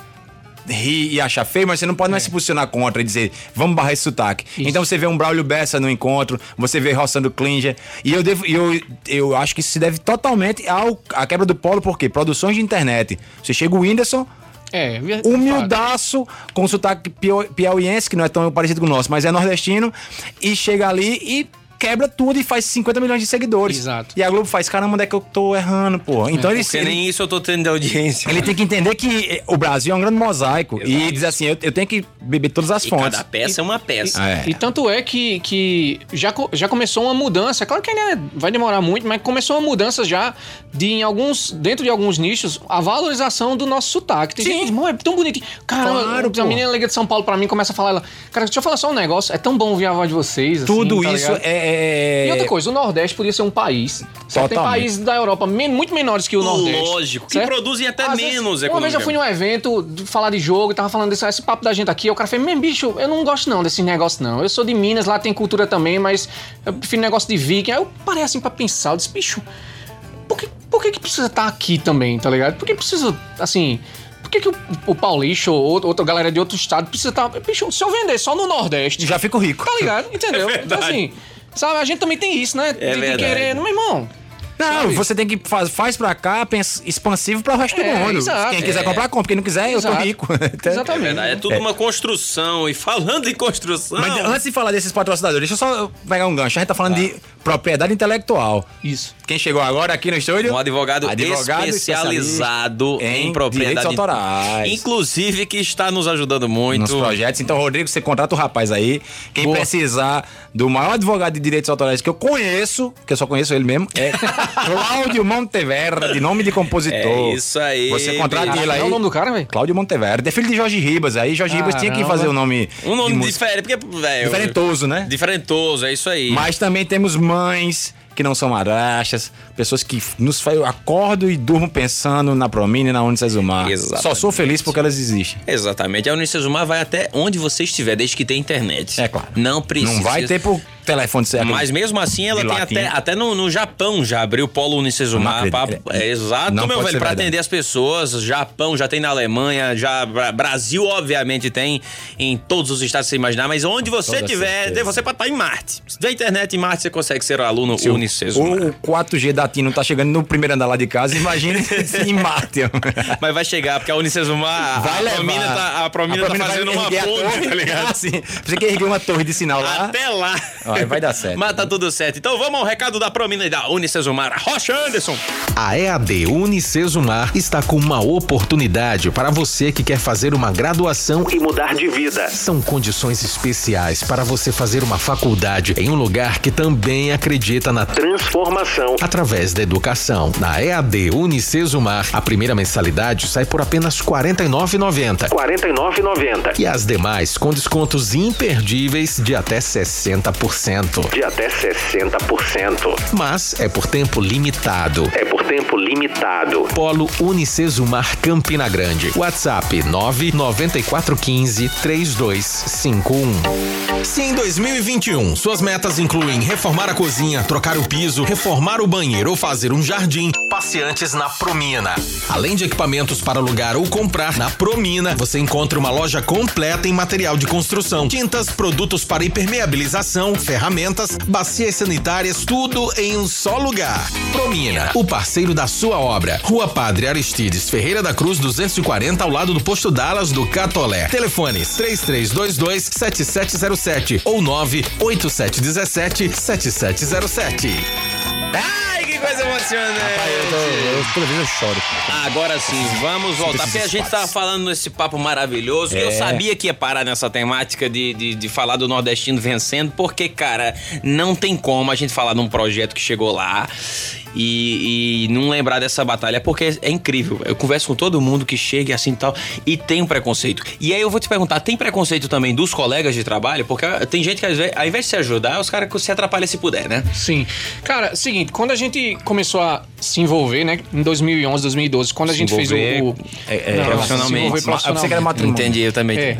rir e achar feio, mas você não pode
É.
mais se posicionar contra e dizer, vamos barrar esse sotaque. Então você vê um Braulio Bessa no encontro, você vê roçando Klinger, e eu devo, e eu, eu acho que isso se deve totalmente ao, à quebra do polo, porque produções de internet. Você chega o Whindersson,
É,
humildaço, com sotaque pio- piauiense, que não é tão parecido com o nosso, mas é nordestino, e chega ali e quebra tudo e faz 50 milhões de seguidores.
Exato. É,
E a Globo faz, caramba, onde é que eu tô errando, pô? Então ele,
Porque
ele-
nem isso eu tô tendo de audiência.
ele tem que entender que eh, o Brasil é um grande mosaico. E diz assim, eu, eu tenho que beber todas as
E
fontes.
cada peça é uma peça.
É.
E tanto é que, que já, co- já começou uma mudança. Claro que ainda vai demorar muito, mas começou uma mudança já de em alguns, dentro de alguns nichos, a valorização do nosso sotaque. Tem gente, que diz, "Mô, é tão bonito. Caramba,
Claro,
a
pô.
menina liga de São Paulo pra mim começa a falar, ela, cara, deixa eu falar só um negócio, é tão bom ouvir a voz de vocês. assim,
Tudo
tá
isso
ligado?"
é...
E outra coisa, o Nordeste podia ser um país. Só que tem
Totalmente.
países da Europa men- muito menores que o Nordeste.
Lógico, que
certo?
produzem até
Às vezes,
menos
Uma vez eu fui num evento de- falar de jogo, tava falando desse esse papo da gente aqui. aí O cara fez, meu bicho, eu não gosto não desse negócio não. Eu sou de Minas, lá tem cultura também, mas eu prefiro negócio de viking. Aí eu parei assim pra pensar, eu disse, bicho, por que, por que, que precisa estar aqui também, tá ligado? Por que precisa, assim. Por que, que o, o Paulista ou outro- outra galera de outro estado precisa estar. Bicho, se eu vender só no Nordeste,
Já fico rico.
Tá ligado?
É
Entendeu? então,
verdade.
assim, sabe, a gente também tem isso, né? de, de
verdade.
querer, meu irmão.
Não, você tem que faz, faz pra cá, pensa, expansivo pra o resto
É,
do mundo.
exato.
Quem quiser
É.
comprar, compra. Quem não quiser, eu
Exato.
tô rico. Então,
É
Exatamente.
verdade, é tudo uma construção. E falando em construção.
né? Mas antes de falar desses patrocinadores, deixa eu só pegar um gancho. A gente tá falando de propriedade intelectual.
Isso.
Quem chegou agora aqui no estúdio?
Um advogado, especializado
especialista
em, propriedade.
direitos autorais.
Inclusive, que está nos ajudando
nos
muito.
projetos. Então, Rodrigo, você contrata o rapaz aí. Quem
Boa.
precisar do maior advogado de direitos autorais que eu conheço, que eu só conheço ele mesmo, é Cláudio Monteverde, nome de compositor.
É isso aí,
Você contrata
bicho.
ele aí.
é o nome do cara, velho?
Cláudio Monteverde. É filho de Jorge Ribas. Aí Jorge Ribas tinha que
Caramba.
fazer o nome.
Um nome
de música.
diferente, porque, velho.
Diferentoso, né?
Diferentoso, é isso aí.
Mas também temos mães que não são madrastas, pessoas que nos fazem eu acordo e durmo pensando na Promina e na Unicesumar.
Exatamente.
Só sou feliz porque elas existem.
Exatamente. A Unicesumar vai até onde você estiver, desde que tenha internet.
É claro.
Não precisa.
Não vai ter por telefone certo.
Mas mesmo assim, ela
Tá De
tem
latinha.
até, até no, no Japão já abriu o polo
Não
Unicesumar.
acredito.
pra- é, exato,
Não
meu
pode
velho,
ser
pra
verdade.
atender as pessoas. Japão já tem na Alemanha, já Bra- Brasil, obviamente, tem em todos os estados que você imaginar. Mas onde você
Toda
tiver,
certeza.
você pode estar em Marte. Se tiver internet em Marte, você consegue ser aluno
o,
Unicesumar.
o 4G da TIM não tá chegando no primeiro andar lá de casa, imagina em Marte.
Mas vai chegar, porque a Unicesumar,
Vai
a
levar.
Promina tá, a Promina tá
Promina vai
fazendo uma
erguer a
ponte,
torre,
tá ligado?
Assim, você quer erguer uma torre de sinal lá?
Até lá.
Aí vai dar certo. né?
Mas tá tudo certo. Então vamos ao recado da Promina e da Unicesumar. Rocha Anderson.
A EAD Unicesumar está com uma oportunidade para você que quer fazer uma graduação
e mudar de vida.
São condições especiais para você fazer uma faculdade em um lugar que também acredita na
Transformação.
através da educação. Na EAD Unicesumar, a primeira mensalidade sai por apenas R$ 49,90
49,90.
e as demais com descontos imperdíveis de até 60%.
De até 60%.
Mas é por tempo limitado.
É por Tempo limitado.
Polo Unicesumar Campina Grande. WhatsApp 99415 3251. Se em 2021 suas metas incluem reformar a cozinha, trocar o piso, reformar o banheiro ou fazer um jardim, passeantes na Promina. Além de equipamentos para alugar ou comprar, na Promina você encontra uma loja completa em material de construção, tintas, produtos para impermeabilização, ferramentas, bacias sanitárias, tudo em um só lugar. Promina, o parceiro da sua obra. Rua Padre Aristides Ferreira da Cruz 240 ao lado do posto Dallas do Catolé. Telefones 3322 7707 ou 98717 7707.
Ai, que coisa emocionante!
Toda vez eu choro.
Agora sim, vamos voltar. Porque a gente tava falando nesse papo maravilhoso.
É.
Eu sabia que ia parar nessa temática de, de, de falar do nordestino vencendo, porque, cara, não tem como a gente falar de um projeto que chegou lá e, e não lembrar dessa batalha, porque é incrível. Eu converso com todo mundo que chega e assim e tal, e tem um preconceito. E aí eu vou te perguntar, tem preconceito também dos colegas de trabalho? Porque tem gente que, às vezes, ao invés de se ajudar, os caras se atrapalham se puder, né?
Sim. Cara, seguinte, quando a gente começou a se envolver, né? Em 2011, 2012, quando a gente fez o...
envolver,
o
é, é,
Não, se
profissionalmente.
envolver
Ma- Eu pensei que era matrimônio.
Entendi, eu também.
É.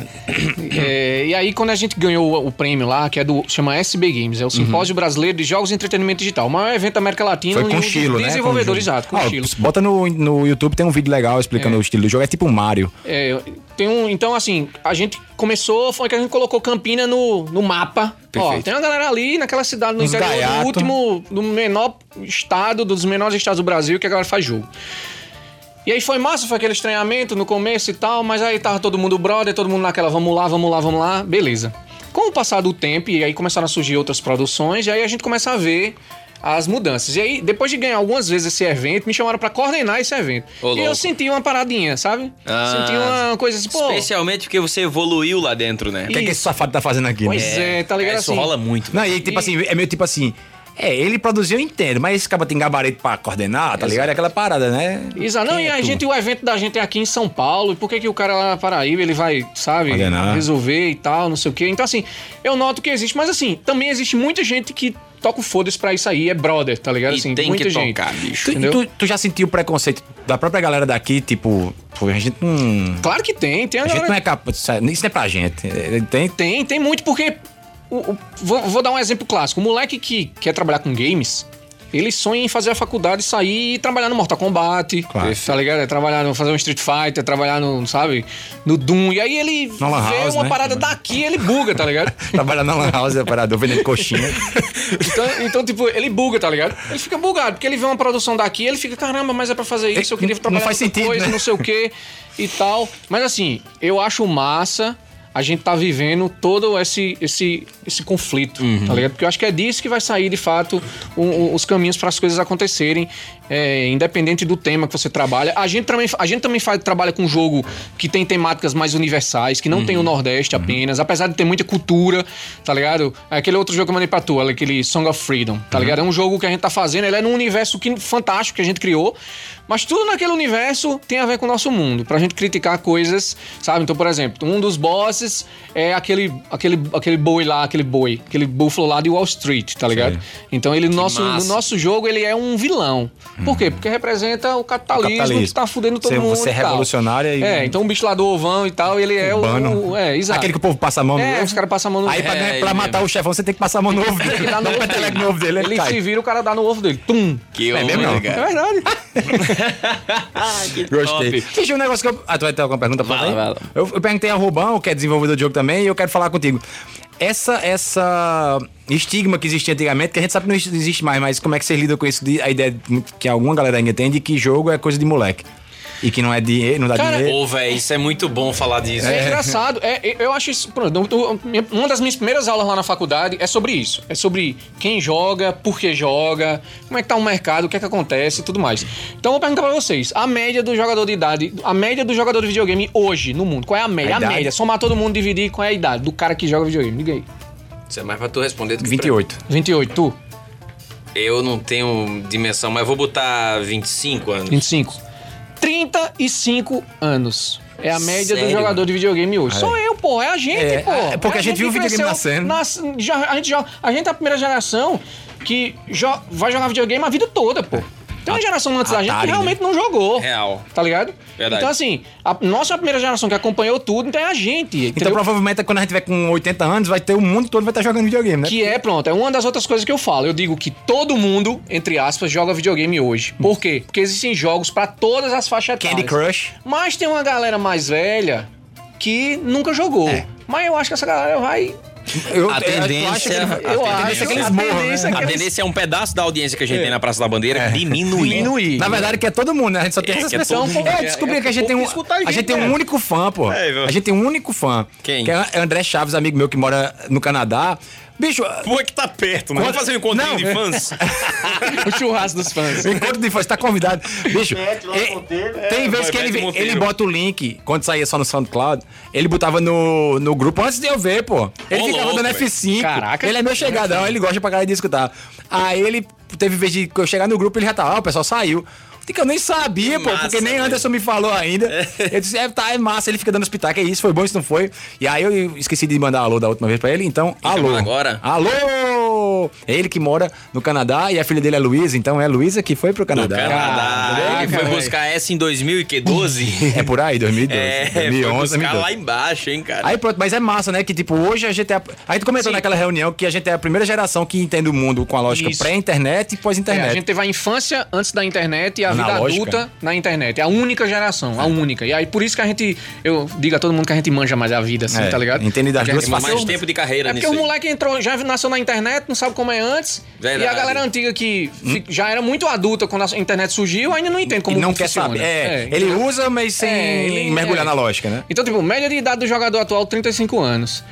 É, e aí, quando a gente ganhou o prêmio lá, que é do. chama SB Games, é
Uhum.
o Simpósio Brasileiro de Jogos e Entretenimento Digital. O maior evento da América Latina
Foi com
onde
o
os
Chilo, né?
desenvolvedores,
Com o
exato, com
Ah,
Chilo.
Bota no, no YouTube, tem um vídeo legal explicando o estilo do jogo. É tipo um Mario.
É, tem um, então, assim, a gente começou, foi que a gente colocou Campina no, no mapa. Ó,
Perfeito.
tem uma galera ali naquela cidade no
Uns
interior
gaiato.
do último, do menor estado, dos menores estados do Brasil que a galera faz jogo. E aí foi massa, foi aquele estranhamento no começo e tal, mas aí tava todo mundo brother, todo mundo naquela, vamos lá, vamos lá, vamos lá, beleza. Com o passar do tempo, e aí começaram a surgir outras produções, e aí a gente começa a ver as mudanças. E aí, depois de ganhar algumas vezes esse evento, me chamaram pra coordenar esse evento.
Ô,
e eu
louco.
senti uma paradinha, sabe?
Ah,
senti uma coisa assim, pô.
Especialmente porque você evoluiu lá dentro, né?
O que, é que esse safado tá fazendo aqui?
Pois
né?
é, tá ligado
Isso
assim?
rola muito.
Não, e tipo assim, é meio tipo assim. É, ele produziu, eu entendo, mas esse cara tem gabarito pra coordenar, tá ligado? É aquela parada, né?
Isa, não,
Quem
e
é
a
tu?
gente, o evento da gente é aqui em São Paulo, e por que, que o cara lá na Paraíba ele vai, sabe,
Coordenar.
resolver e tal, não sei o quê. Então, assim, eu noto que existe, mas assim, também existe muita gente que toca o foda-se pra isso aí, é brother, tá ligado?
E
assim,
tem
muita
que
gente.
tocar, bicho.
Tu,
Entendeu?
tu- tu já sentiu o preconceito da própria galera daqui, tipo, pô, a gente não.
Claro que tem, tem a
A gente
galera
não é capaz. sério, Isso não é pra gente. É, Tem,
Tem, tem muito, porque. o- o- vou, vou dar um exemplo clássico. O moleque que quer trabalhar com games, ele sonha em fazer a faculdade, sair e trabalhar no Mortal Kombat.
Claro.
Tá ligado? É trabalhar no fazer um Street Fighter, é trabalhar no, sabe, no Doom. E aí ele vê
Na Lan House,
uma
né?
parada daqui ele buga, tá ligado?
trabalhar na Lan House, é parado, vendendo coxinha.
Então, então, tipo, ele buga, tá ligado? Ele fica bugado, porque ele vê uma produção daqui, ele fica, caramba, mas é pra fazer isso, eu queria
Não
trabalhar
faz
outra
sentido,
coisa,
né?
não sei o quê e tal. Mas assim, eu acho massa a gente tá vivendo todo esse esse esse conflito,
Uhum.
tá ligado? Porque eu acho que é disso que vai sair, de fato, o- o- os caminhos para as coisas acontecerem, é, independente do tema que você trabalha. A gente também, a gente também faz, trabalha com jogo que tem temáticas mais universais, que não
Uhum.
tem o Nordeste apenas, apesar de ter muita cultura, tá ligado? Aquele outro jogo que eu mandei pra tu, aquele Song of Freedom, tá
Uhum.
ligado? É um jogo que a gente tá fazendo, ele é num universo que, fantástico que a gente criou, mas tudo naquele universo tem a ver com o nosso mundo, pra gente criticar coisas, sabe? Então, por exemplo, um dos bosses é aquele, aquele, aquele boi lá, aquele boi, aquele búfalo lá de Wall Street, tá ligado? Então, ele no nosso, no
massa.
nosso jogo, ele é um vilão. Por quê? Porque representa o capitalismo,
capitalismo.
que tá fudendo todo
Uhum. Você-
mundo.
você é
e tal.
revolucionário e-
É, então o bicho lá do ovão e tal, ele é o-
Urbano.
o. É, exato.
Aquele que o povo passa a mão no
É,
ovo.
os caras passam a mão no
Aí pra,
É,
ganhar-
ele
pra matar o chefão, você tem que passar a mão no ovo dele.
ele dá no
Dá um
ovo
peteleco
dele.
no ovo dele, ele,
Ele
cai.
se vira, o cara dá no ovo dele. Tum!
Que tá
É mesmo,
onda,
não?
É
cara.
verdade.
Gostei.
Top.
Deixa um negócio que eu. Ah, tu vai ter alguma pergunta pra
Vai lá,
mim?
vai lá.
Eu, eu perguntei a Rubão, que é desenvolvedor de jogo também, e eu quero falar contigo. Essa, essa estigma que existia antigamente, que a gente sabe que não ex- existe mais, mas como é que você lida com isso? de- a ideia de- que alguma galera ainda tem de que jogo é coisa de moleque. E que não é dinheiro, não dá
Cara,
dinheiro.
Ô, velho, isso é muito bom falar disso.
É, engraçado. É, eu acho isso. Pronto, eu- minha- uma das minhas primeiras aulas lá na faculdade é sobre isso. É sobre quem joga, por que joga, como é que tá o mercado, o que é que acontece e tudo mais. Então eu vou perguntar pra vocês: a média do jogador de idade, a média do jogador de videogame hoje no mundo, qual é a média?
A
A,
idade?
média. Somar todo mundo, dividir, qual é a idade do cara que joga videogame? Diga aí.
Isso é mais pra tu responder do que
28.
28, tu?
pra- Eu não tenho dimensão, mas eu vou botar 25 anos.
25. 35 anos. É a média
Sério,
do jogador de videogame hoje. Sou eu, pô. É a gente,
É,
pô.
é porque a gente viu o
que
videogame
cresceu
nascendo.
nas- já, a, gente já, a gente é a primeira geração que jo- vai jogar videogame a vida toda, pô. Tem uma geração antes da gente que
Atari, né?
realmente não jogou.
Real.
Tá ligado?
Verdade.
Então, assim, a nossa primeira geração que acompanhou tudo, então é a gente.
Então,
entendeu?
provavelmente, quando a gente tiver com 80 anos, vai ter o mundo todo vai estar jogando videogame, né?
Que é, pronto, é uma das outras coisas que eu falo. Eu digo que todo mundo, entre aspas, joga videogame hoje. Por quê? Porque existem jogos pra todas as faixas
Candy
etárias.
Crush.
Mas tem uma galera mais velha que nunca jogou. Mas eu acho que essa galera vai.
Eu,
A tendência-
Eu
A
acho
tendência é que eles
a
morram,
tendência é
A
que eles-
tendência é um pedaço da audiência que a gente tem na Praça da Bandeira diminuir.
É. Diminuir.
Na verdade, que é todo mundo, né? A gente só tem
É,
essa
que é
expressão.
todo mundo.
eu descobri
É, é
que a gente
o
tem um.
povo que escuta a
A gente
gente,
tem um
né?
único fã, pô.
É, viu?
A gente tem um único fã.
Quem?
Que é André Chaves, amigo meu que mora no Canadá. Bicho,
Pô, é que tá perto, mano.
Quando-
Vamos fazer um encontrinho
Não.
é.
de fãs?
o churrasco dos fãs.
O encontro de fãs tá convidado. Bicho,
Pet, Ló
e-
Monteiro.
tem
É,
vezes
vai,
que ele,
Pet
vê-
Monteiro.
ele bota o link, quando saía só no SoundCloud, ele botava no, no grupo antes de eu ver, pô. Ele
Ô,
ficava
louco,
dando
velho.
F5.
Caraca.
Ele é meu chegadão, ele gosta pra caralho de escutar. Aí ele teve vez de que eu chegar no grupo, ele já tava, ó, o pessoal saiu. Que eu nem sabia,
Que
pô,
massa,
porque nem
velho.
Anderson me falou ainda. Eu disse, é, tá, é massa. Ele fica dando hospital, que é isso, foi bom, isso não foi. E aí eu esqueci de mandar alô da última vez pra ele, então, alô.
manda agora.
Alô! É Ele que mora no Canadá e a filha dele é Luísa, então é Luísa que foi pro
Do
Canadá.
Canadá.
Caraca,
Ele foi
velho.
buscar essa em 2012.
É por aí, 2012,
É,
né?
foi
2011,
buscar
2012.
lá embaixo, hein, cara.
Aí pronto, mas é massa, né? Que tipo, hoje a gente é. A, a gente comentou naquela reunião que a gente é a primeira geração que entende o mundo com a lógica
Isso.
pré-internet e
É, a
pós-internet.
gente teve a infância antes da internet e a
Analógica.
vida adulta na internet. É a única geração, a única. E aí por isso que a gente. Eu digo a todo mundo que a gente manja mais a vida, assim,
É,
tá ligado?
entende das
Porque a
duas
gente-
Mas mais
eu-
tempo de carreira
É porque
nisso.
o
aí.
moleque entrou, já nasceu na internet, não sabe como é antes.
Verdade.
E a galera antiga que fi- já era muito adulta quando a internet surgiu, ainda não entende como
Hum. e não quer
funciona.
saber. É, ele
entendeu?
usa, mas sem
É, ele-
mergulhar
é.
na lógica, né?
Então, tipo, média de idade do jogador atual, 35 anos.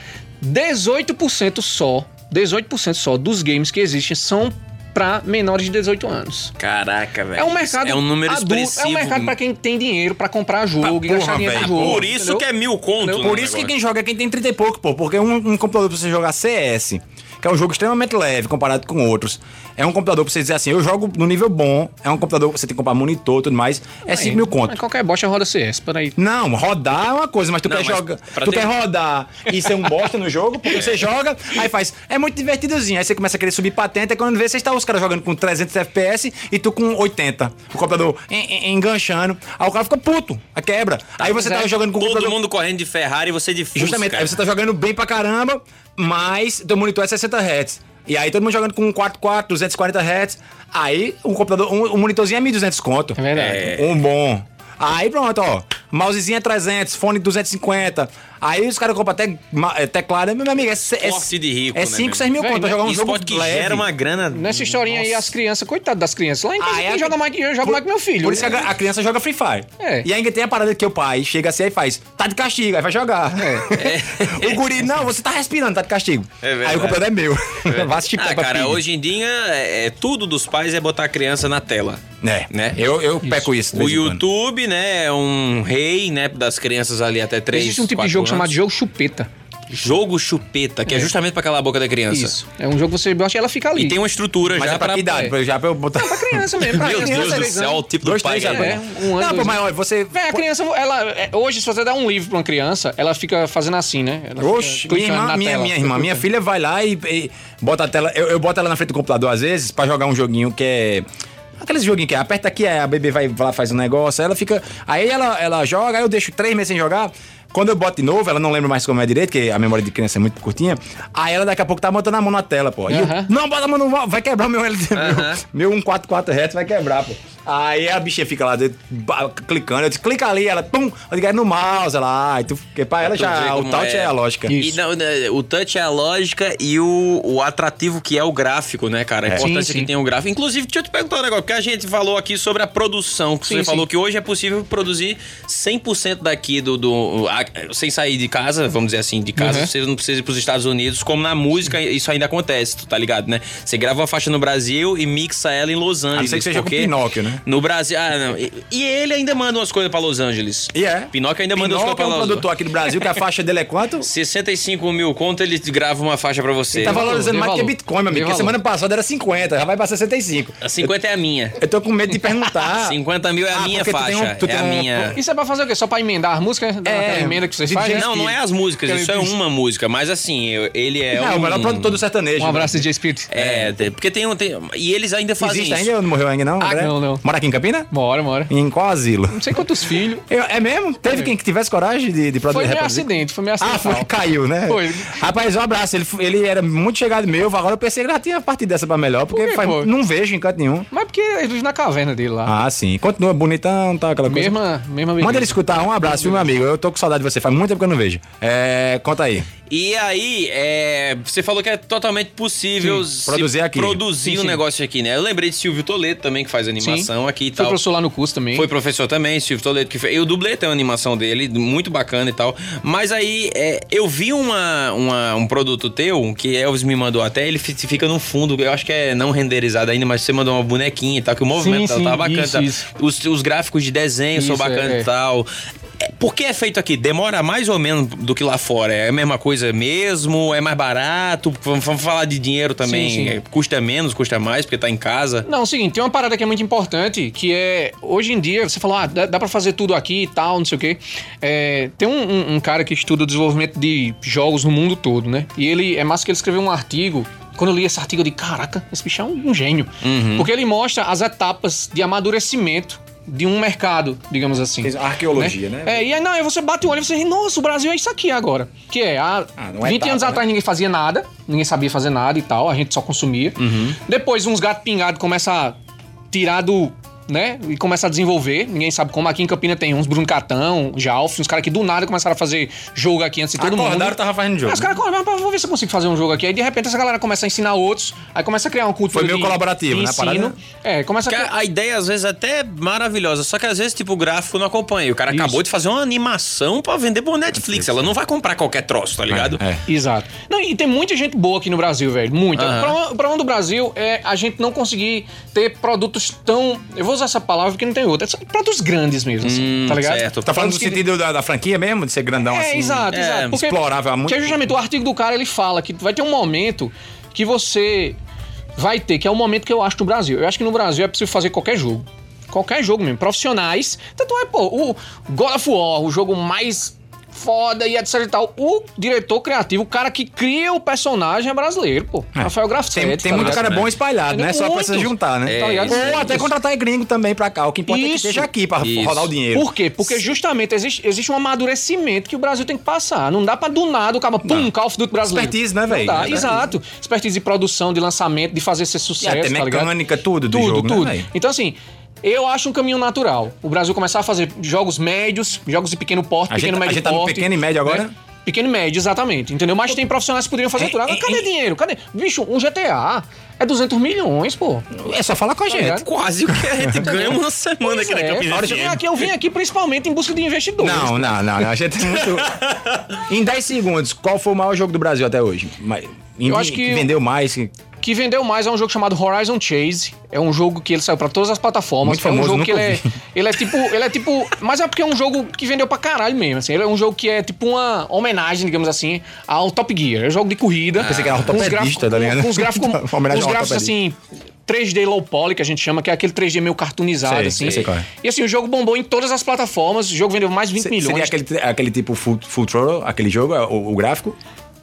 18% só, 18% só dos games que existem são pra menores de 18 anos.
Caraca, velho.
É um mercado
É um número
adulto,
expressivo.
É um mercado pra quem tem dinheiro pra comprar jogo e
né? porra,
gastar dinheiro
velho.
com jogo.
Por isso
entendeu?
que é mil conto.
Entendeu?
né,
Por isso que
negócio.
quem joga é quem tem 30 e pouco, pô. Porque um, um computador pra você jogar CS, que é um jogo extremamente leve comparado com outros, é um computador pra você dizer assim, eu jogo no nível bom, é um computador que você tem que comprar monitor e tudo mais, é 5 mil conto.
Assim, Mas qualquer bosta roda CS, peraí.
Não, rodar é uma coisa, mas tu
Não,
quer
mas
jogar.
pra
Tu
ter- É.
quer rodar e ser um bosta no jogo, porque você joga, aí faz. É muito divertidozinho. Aí você começa a querer subir patente, aí quando vê, você está os caras jogando com 300 FPS e tu com 80. O computador en- en- enganchando. Aí o cara fica puto, a quebra. Aí você
mas
tá
é-
jogando com o
Todo
computador.
mundo correndo de Ferrari e você é de Fusca.
Justamente, aí você tá jogando bem pra caramba, mas teu monitor é 60 Hz. E aí todo mundo jogando com um 44, 240 Hz. Aí um computador, um, um monitorzinho é 1.200 conto.
É verdade.
Um bom. Aí pronto, ó. Mousezinho é 300, fone 250. Aí os caras compram até ma- é, teclado. Meu amigo, é, c- é,
Corte de rico,
é
né,
5,
meu?
6 mil
Véi,
conto pra jogar um
Isso
jogo
pode que
leve.
gera uma grana.
Nessa historinha aí, as crianças, coitado das crianças. Lá em casa
Ah, é
quem
a-
joga mais que eu, jogo
Por-
mais que meu filho. né?
Por isso que a, a criança joga Free Fire.
É.
E ainda tem a parada que o pai chega assim e faz, tá de castigo, aí vai jogar.
É.
o guri, não, você tá respirando, tá de castigo.
É verdade.
aí o computador é meu. Vai assistir
Ah,
Peppa
cara,
Pig.
hoje em dia, é, é tudo dos pais é botar a criança na tela.
É,
né?
Eu, eu peco isso. de
O
vez em quando.
YouTube, né, é um rei, né, das crianças ali até 3,
Existe um tipo de jogo chamado jogo chupeta.
Jogo chupeta, que é, justamente pra calar a boca da criança.
Isso. É um jogo que você bota e ela fica ali.
E tem uma estrutura
Mas
já
é pra que idade?
é.
Pra, já pra eu botar...
criança mesmo. pra
Meu
criança,
Deus do
três
céu,
anos.
o tipo do
Dois,
pai.
três anos.
cara.
é, um ano,
não, pô,
dois
mas
anos.
olha, você...
Véi, a criança, ela. é, Hoje, se você der um livro pra uma criança, ela fica fazendo assim, né? Ela fica
Oxe, minha
clicando
irmã,
na
minha,
tela.
minha irmã, minha filha vai lá e, e bota a tela. Eu, eu boto ela na frente do computador às vezes pra jogar um joguinho que é. Aqueles joguinhos que é aperta aqui, aí a bebê vai lá, faz um negócio, aí ela fica. Aí ela, ela joga, aí eu deixo três meses sem jogar. Quando eu boto de novo, ela não lembra mais como é direito, porque a memória de criança é muito curtinha. Aí ela daqui a pouco tá botando a mão na tela, pô. E eu,
Aham.
não, bota a mão no. Vai quebrar o meu LD. Meu, um meu 144 Hz vai quebrar, pô. Aí a bichinha fica lá dentro, ba- clicando. Eu disse, clica ali, ela, pum, eu digo, é no mouse, ela, ai, tu, porque pra ela
Tu vê
já, o
como
touch é. a lógica.
E não, né, o touch é a lógica e o, o atrativo que é o gráfico, né, cara? É importante
Sim,
que
sim.
tenha o gráfico. Inclusive, deixa eu te perguntar um negócio, porque a gente falou aqui sobre a produção, que você
Sim,
falou
sim.
que hoje é possível produzir 100% daqui do... do a- sem sair de casa, vamos dizer assim, de casa,
Uhum.
você não precisa ir pros Estados Unidos, como na música isso ainda acontece, tu tá ligado, né? Você grava uma faixa no Brasil e mixa ela em Los Angeles.
ser que seja com
porque
Pinóquio, né?
No Brasil... Ah, não. E, e ele ainda manda umas coisas pra Los Angeles.
E é.
Pinóquio ainda manda umas coisas
Pinóquio
pra
é um
Los Angeles.
produtor aqui do Brasil, que a faixa dele é quanto?
65 mil conto, ele grava uma faixa pra você.
Tá valorizando
valor,
mais
dê
que
valor.
Bitcoin, meu
Dê
amigo. Porque
valor.
semana passada era 50, já vai pra 65.
A 50 é a minha.
Eu tô com medo de perguntar.
50 mil é a
Ah,
minha
porque tu tem
faixa.
um- tu
é
tem
a
um-
minha.
Isso é pra fazer o quê? Só pra emendar as músicas? Dá
É,
aquela emenda que você faz, né?
Não, não é as músicas, isso é uma música, mas assim, eu- ele é.
um Não,
um...
o melhor produtor do sertanejo.
Um abraço, DJ Spirit.
É, tem- porque tem um. tem- E eles ainda fazem
Existe
isso.
ainda? Não morreu ainda, não? André?
Ah, não, não.
Mora aqui em Campina?
Bora, bora.
Em qual asilo?
Não sei quantos filhos.
Eu- é mesmo? Teve quem que tivesse coragem de, de
Foi
produzir?
meio
reproduzir?
acidente, foi meio acidente.
Ah, foi, caiu, né?
Foi.
Rapaz, um abraço. Ele, f- ele era muito chegado meu. Agora eu pensei "Ah, que já tinha partido dessa pra melhor, porque
Por quê,
faz-
pô?
não vejo em canto nenhum.
Mas porque eles na caverna dele lá.
Ah, sim. Continua bonitão, tá? Aquela coisa.
mesma, mesma beleza.
Manda ele escutar. Um abraço, viu, meu amigo? Eu tô com saudade de você. Faz muito tempo que eu não vejo. É, conta aí.
E aí, é, você falou que é totalmente possível
Sim,
se
produzir aqui.
produzir
Sim,
um
sim.
negócio aqui, né? Eu lembrei de Silvio Toledo também, que faz animação aqui e
Foi
tal.
professor lá no curso também.
Foi professor também, Silvio Toledo, que fez. Eu dublei até a animação dele, muito bacana e tal. Mas aí, é, eu vi uma, uma- um produto teu, que Elvis me mandou até, ele fi- fica no fundo, eu acho que é não renderizado ainda, mas você mandou uma bonequinha e tal, que o movimento
Sim,
tá
sim,
bacana.
isso,
tá?
isso.
Os, os gráficos de desenho são
Isso,
bacanas
é,
e
é.
tal. É, Por que é feito aqui? Demora mais ou menos do que lá fora? É a mesma coisa mesmo? É mais barato? Vamos vamos falar de dinheiro também.
Sim, sim.
É, Custa menos, custa mais, porque tá em casa.
Não, é o seguinte, tem uma parada que é muito importante, que é, hoje em dia, você falou, ah, dá, dá pra fazer tudo aqui e tal, não sei o quê. É, tem um, um- um cara que estuda o desenvolvimento de jogos no mundo todo, né? E ele, é massa que ele escreveu um artigo, quando eu li esse artigo eu dei, caraca, esse bicho é um, um gênio.
Uhum.
Porque ele mostra as etapas de amadurecimento de um mercado, digamos assim.
Fez arqueologia, né?
É, e aí, não, aí você bate o olho e você diz, nossa, o Brasil é isso aqui agora. Que é, há
Ah, não é
20
etapa,
anos
né?
atrás ninguém fazia nada, ninguém sabia fazer nada e tal, a gente só consumia.
Uhum.
Depois uns gatos pingados começam a tirar do. Né? E começa a desenvolver. Ninguém sabe como. Aqui em Campina tem uns Bruno Catão, Jalf, uns caras que do nada começaram a fazer jogo aqui antes de todo mundo.
Acordaram, tava fazendo jogo.
Aí os caras acordaram, "Pá, vou ver se eu consigo fazer um jogo aqui. Aí de repente essa galera começa a ensinar outros, aí começa a criar um cultura.
Foi meio
de-
colaborativo,
de
né, a parada?
ensino. É, começa a
Porque
criar.
a a ideia às vezes até é maravilhosa, só que às vezes tipo o gráfico não acompanha. O cara
Isso.
acabou de fazer uma animação pra vender pro Netflix. Ela não vai comprar qualquer troço, tá ligado?
É.
Exato. Não, e tem muita gente boa aqui no Brasil, velho. Muita.
Aham.
O problema- O problema do Brasil é a gente não conseguir ter produtos tão. Eu vou usar essa palavra porque não tem outra. São Produtos grandes mesmo, assim, tá ligado?
Hum, certo.
Tá falando no
que-
sentido da, da franquia mesmo? De ser grandão
É,
assim?
exato,
é,
exato. Porque,
explorável há muito
Que é justamente o artigo do cara, ele fala que vai ter um momento que você vai ter, que é o momento que eu acho no Brasil. Eu acho que no Brasil é possível fazer qualquer jogo. Qualquer jogo mesmo. Profissionais. Tanto é, pô, o God of War, o jogo mais foda e etc e tal. O diretor criativo, o cara que cria o personagem é brasileiro, pô. Rafael Grafsetti.
Tem, tem
tá
muito
ligado?
cara bom espalhado, né? Só pra
Muitos.
se juntar, né?
É, Tá ligado?
Ou até
isso.
contratar gringo também pra cá. O que importa é que
Isso.
esteja aqui pra
Isso.
rodar o dinheiro.
Por quê? Porque justamente existe, existe um amadurecimento que o Brasil tem que passar. Não dá pra do nada o cabo, pum, Call of Duty brasileiro.
Expertise, né, velho?
Não dá,
Expertise.
exato. Expertise de produção, de lançamento, de fazer ser
E
sucesso,
até
tá ligado?
mecânica, tudo do
tudo,
jogo,
tudo.
né? velho?
então, assim, eu acho um caminho natural. O Brasil começar a fazer jogos médios, jogos de pequeno porte,
A
pequeno
gente- a
médio
gente tá no
porte.
pequeno e médio agora? É,
né? Pequeno e médio, exatamente, entendeu? Mas tem profissionais que poderiam fazer tudo. Agora, cadê dinheiro? Cadê? Bicho, um GTA é 200 milhões, pô.
É só falar com a gente.
Tá ligado?
Quase o que a gente
Tá
ganha uma semana
Pois
aqui na
é,
Campina
eu vim
FM.
aqui- eu vim aqui principalmente em busca de investidores.
Não, não, não, não. A gente é muito. em 10 segundos, qual foi o maior jogo do Brasil até hoje? Mas- em-
Eu acho que-
vendeu mais. que-
que vendeu mais é um jogo chamado Horizon Chase. É um jogo que ele saiu pra todas as plataformas.
Muito famoso,
é um jogo que ele
nunca
é,
ouvi.
ele é tipo, ele é tipo, mas é porque é um jogo que vendeu pra caralho mesmo, assim. Ele é um jogo que é tipo uma homenagem, digamos assim, ao Top Gear. É um jogo de corrida.
Pensei que era
Com os
ortopedista,
gráficos-
tá ligado?
Com os gráficos,
Homenagem
os
ao
gráficos assim, 3D low poly que a gente chama, que é aquele 3D meio cartunizado
Sei,
assim.
eu sei qual é.
E assim, o jogo bombou em todas as plataformas, o jogo vendeu mais de 20
Se-
milhões.
Seria aquele, aquele tipo full, full Throttle, aquele jogo, é o, o gráfico?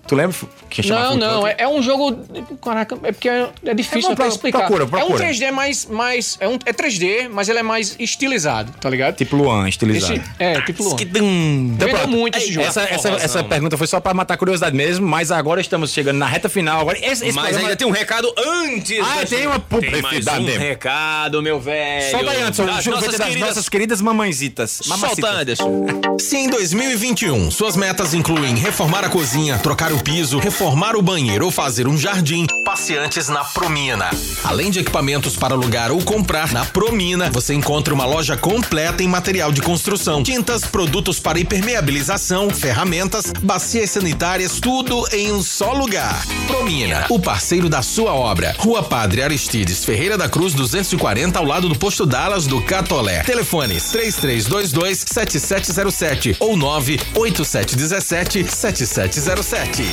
Tu lembra que chama
Não,
Full
não,
Throttle?
é, é um jogo. Caraca, é porque é, é difícil
É,
até
pro-
explicar.
procura,
É um
procura.
3D mais. mais é, um, é 3D, mas ele é mais estilizado, tá ligado?
Tipo Luan, estilizado.
Esse- é, tipo Luan.
Skidum.
Vendeu
pronto.
muito esse jogo.
Essa, essa,
Informação.
essa pergunta foi só pra matar a curiosidade mesmo, mas agora estamos chegando na reta final. Agora, esse, esse
Mas
programa-
ainda tem um recado antes.
Ah,
da-
tem uma
Tem mais
publicidade.
um recado, meu velho.
Solta aí, Anderson.
Das
Deixa eu ver
nossas
das
queridas-
nossas queridas mamãezitas.
Solta,
Mamacitas.
Anderson.
Se em 2021 suas metas incluem reformar a cozinha, trocar o piso, reformar o banheiro ou fazer um jardim, passeantes na Promina. Além de equipamentos para alugar ou comprar, na Promina você encontra uma loja completa em material de construção, tintas, produtos para impermeabilização, ferramentas, bacias sanitárias, tudo em um só lugar. Promina, o parceiro da sua obra. Rua Padre Aristides Ferreira da Cruz 240, ao lado do posto Dallas do Catolé. Telefones 3322 um 7707 ou 98717 7707.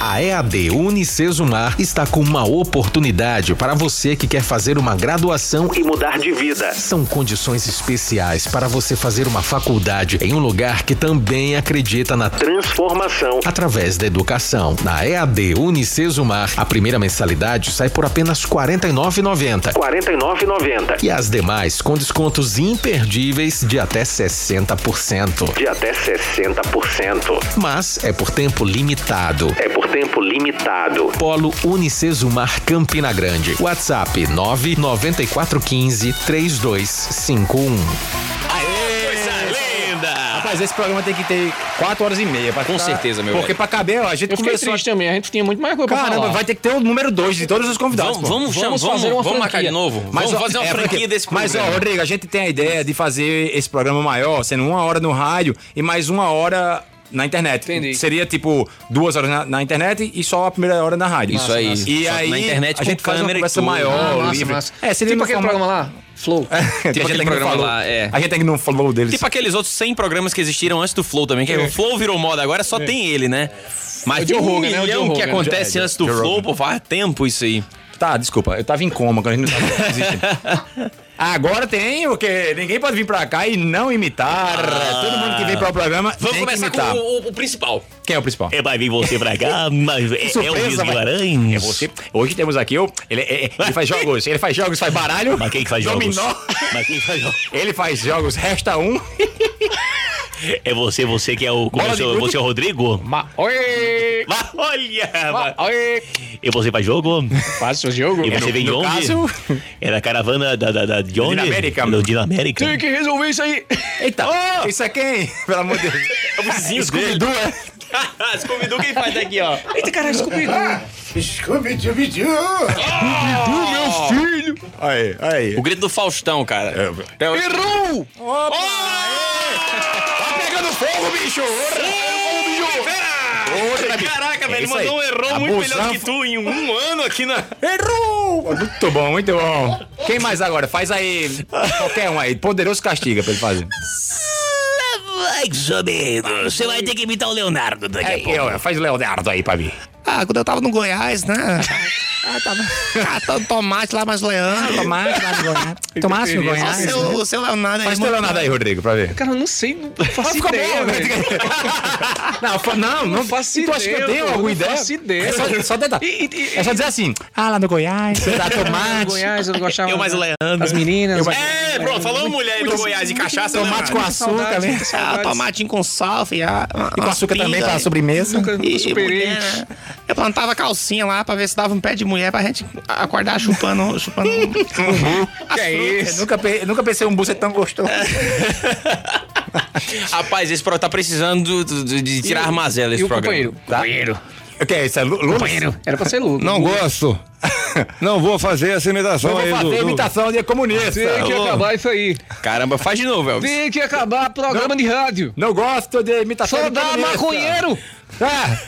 A EAD Unicesumar está com uma oportunidade para você que quer fazer uma graduação
e mudar de vida.
são condições especiais para você fazer uma faculdade em um lugar que também acredita na
Transformação.
através da educação. Na EAD Unicesumar, a primeira mensalidade sai por apenas R$ 49,90
49,90.
e as demais com descontos imperdíveis de até 60%.
De até 60%.
Mas é por tempo limitado.
É por tempo limitado.
Polo Unicesumar Campina Grande. WhatsApp 99415 3251.
Coisa linda!
Mas esse programa tem que ter 4 horas e meia. Pra
Com certeza, meu
Porque
velho.
pra caber, ó, a gente
Eu fiquei
começou...
triste também, a gente tinha muito mais coisa pra
Caramba,
falar.
vai ter que ter o número 2 de todos os convidados.
Vamos,
pô.
vamos, vamos, vamos,
fazer uma
vamos marcar de
franquia.
novo. vamos
ó,
fazer uma
é,
franquia
porque-
desse
Mas, ó,
programa.
Rodrigo, a gente tem a ideia de fazer esse programa maior, sendo uma hora no rádio e mais uma hora na internet.
Entendi.
Seria, tipo, duas horas na, na internet e só a primeira hora na rádio.
Isso aí.
E
Só
aí,
na internet
a
com
gente faz uma
câmera e
conversa
tudo.
Ah,
maior,
massa,
livre.
massa.
É, seria
tipo
no
aquele
formato-
programa lá, Flow.
aquele
Tipo que não
programa
falou.
lá, é.
A gente ainda não falou deles.
Tipo aqueles outros 100 programas que existiram antes do Flow também, que o Flow virou moda, agora só tem ele, né? Mas
O
tem
Joe
um
Rogan, né? O
milhão
Joe
que
Rogan.
acontece
É,
antes do
Joe
Flow,
Rogan.
pô, faz tempo isso aí.
Tá, desculpa, eu tava em coma quando a gente não tava existindo. Agora tem, porque ninguém pode vir pra cá e não imitar. Todo mundo que vem para o programa
Ah. Vamos
tem
começar
que
com
imitar.
o, o- o principal.
Quem é o principal?
É, vai vir você pra cá, mas é, é o Luiz
Surpresa, vai.
Guimarães.
É você. Hoje temos aqui o. Ele, é- é- ele faz jogos. Ele faz jogos, faz baralho.
Mas quem que faz jogos?
dominó,
Mas quem faz jogos?
Ele faz jogos, resta um.
É você, você que é o.
Bola de
começou-
gude.
você é o Rodrigo?
Ma-
É.
Oi!
Mas olha!
Ma- Oi!
E você faz jogo?
Faça o jogo.
E você vem de
no
onde?
caso-
É da caravana da, da, da de onde?
Dinamérica.
Do Dinamérica.
Tem que resolver isso aí.
Eita!
Oh!
Isso é quem? Pelo amor de Deus.
É o vizinho dele.
Scooby-Doo, é?
Scooby-Doo, quem faz daqui, ó?
Eita, caralho, desculpa.
Aí, aí.
O grito do Faustão, cara.
É, Então,
Errou!
Opa!
É.
Tá pegando fogo, bicho! Outra, bicho!
Caraca, velho,
É isso
mandou um
aí.
errou muito melhor
Abusão.
que tu em um ano aqui na.
Errou! Muito bom, muito bom. Quem mais agora? Faz aí. Qualquer um aí. Poderoso castiga pra ele fazer.
Mais ou menos. Você vai ter que imitar o Leonardo daqui a pouco.
É, eu, faz o Leonardo aí pra mim.
Ah, quando eu tava no Goiás, né?
Ah,
Catando tomate lá, mas Leandro.
Tomás, lá do Goiás. Tomás do
O
Goiás.
seu, o seu Leonardo aí.
Faz o teu Leonardo aí, Rodrigo, pra ver.
Cara, eu não sei, não faço
Ficou
ideia,
bom, né?
velho.
Não, fa- não, não
faço
Tu acha que
ideia,
eu tenho
pô,
alguma
não
ideia?
faço ideia.
É só, só tentar.
E- e- e-
É só dizer assim. Ah, lá no Goiás, dá
No
tomate.
Goiás, eu gostava.
Eu mais o Leandro.
As meninas.
É, pronto, falou mulher aí no Goiás e cachaça.
Tomate com
né,
açúcar, né?
Ah, tomatinho com "Ah, salve. E
E com açúcar também pra sobremesa.
E
superei.
mulher, né? Eu plantava calcinha lá pra ver se dava um pé de mulher pra gente acordar chupando. chupando um-
Que é
Eu
isso?
nunca, pe- eu nunca pensei um bucetão tão gostoso.
mano? Rapaz, esse pro tá precisando de, de- de tirar armazela esse
E o
programa.
companheiro? Companheiro.
O que é isso? É Lu- Lula?
Companheiro. Era pra ser louco.
Não gosto. Não vou fazer essa imitação
Eu vou
aí do- Tá
fazer
do-
imitação de comunista.
Tem que acabar isso aí.
Caramba, faz de novo, Elvis.
Tem que acabar programa de rádio.
Não gosto de imitação
Só
de
dá
comunista.
maconheiro.
É.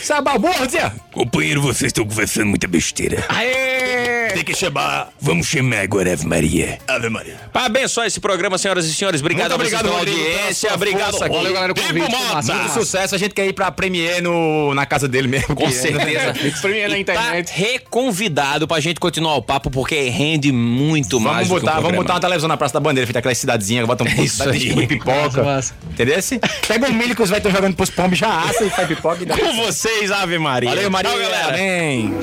Isso é balbúrdia.
Companheiro, vocês estão conversando muita besteira.
Aê!
Tem que chamar. Vamos chamar agora Ave Maria. Ave Maria.
Pra abençoar esse programa, senhoras e senhores. Obrigado, a
Muito
vocês pela
obrigado, Rodrigo, pela
audiência.
sua
Obrigado,
força aqui.
Valeu, galera, o
Rodrigo
convite.
Mota.
Massa.
Muito sucesso. A gente quer ir pra Premiere no, na casa dele mesmo.
Com certeza.
Premiere na
E tá
internet.
reconvidado pra gente continuar o papo, porque rende muito mais. do que um
Vamos botar, vamos
programa.
botar uma televisão na Praça da Bandeira, feita aquela cidadezinha, bota um
Isso aí.
de pipoca.
Massa, massa.
Entendeu? Pega um milho que os velhos estão jogando pros pombos, já assa e faz pipoca e dá.
Com vocês, Ave Maria.
Valeu, Maria.
Tchau, galera.
Amém.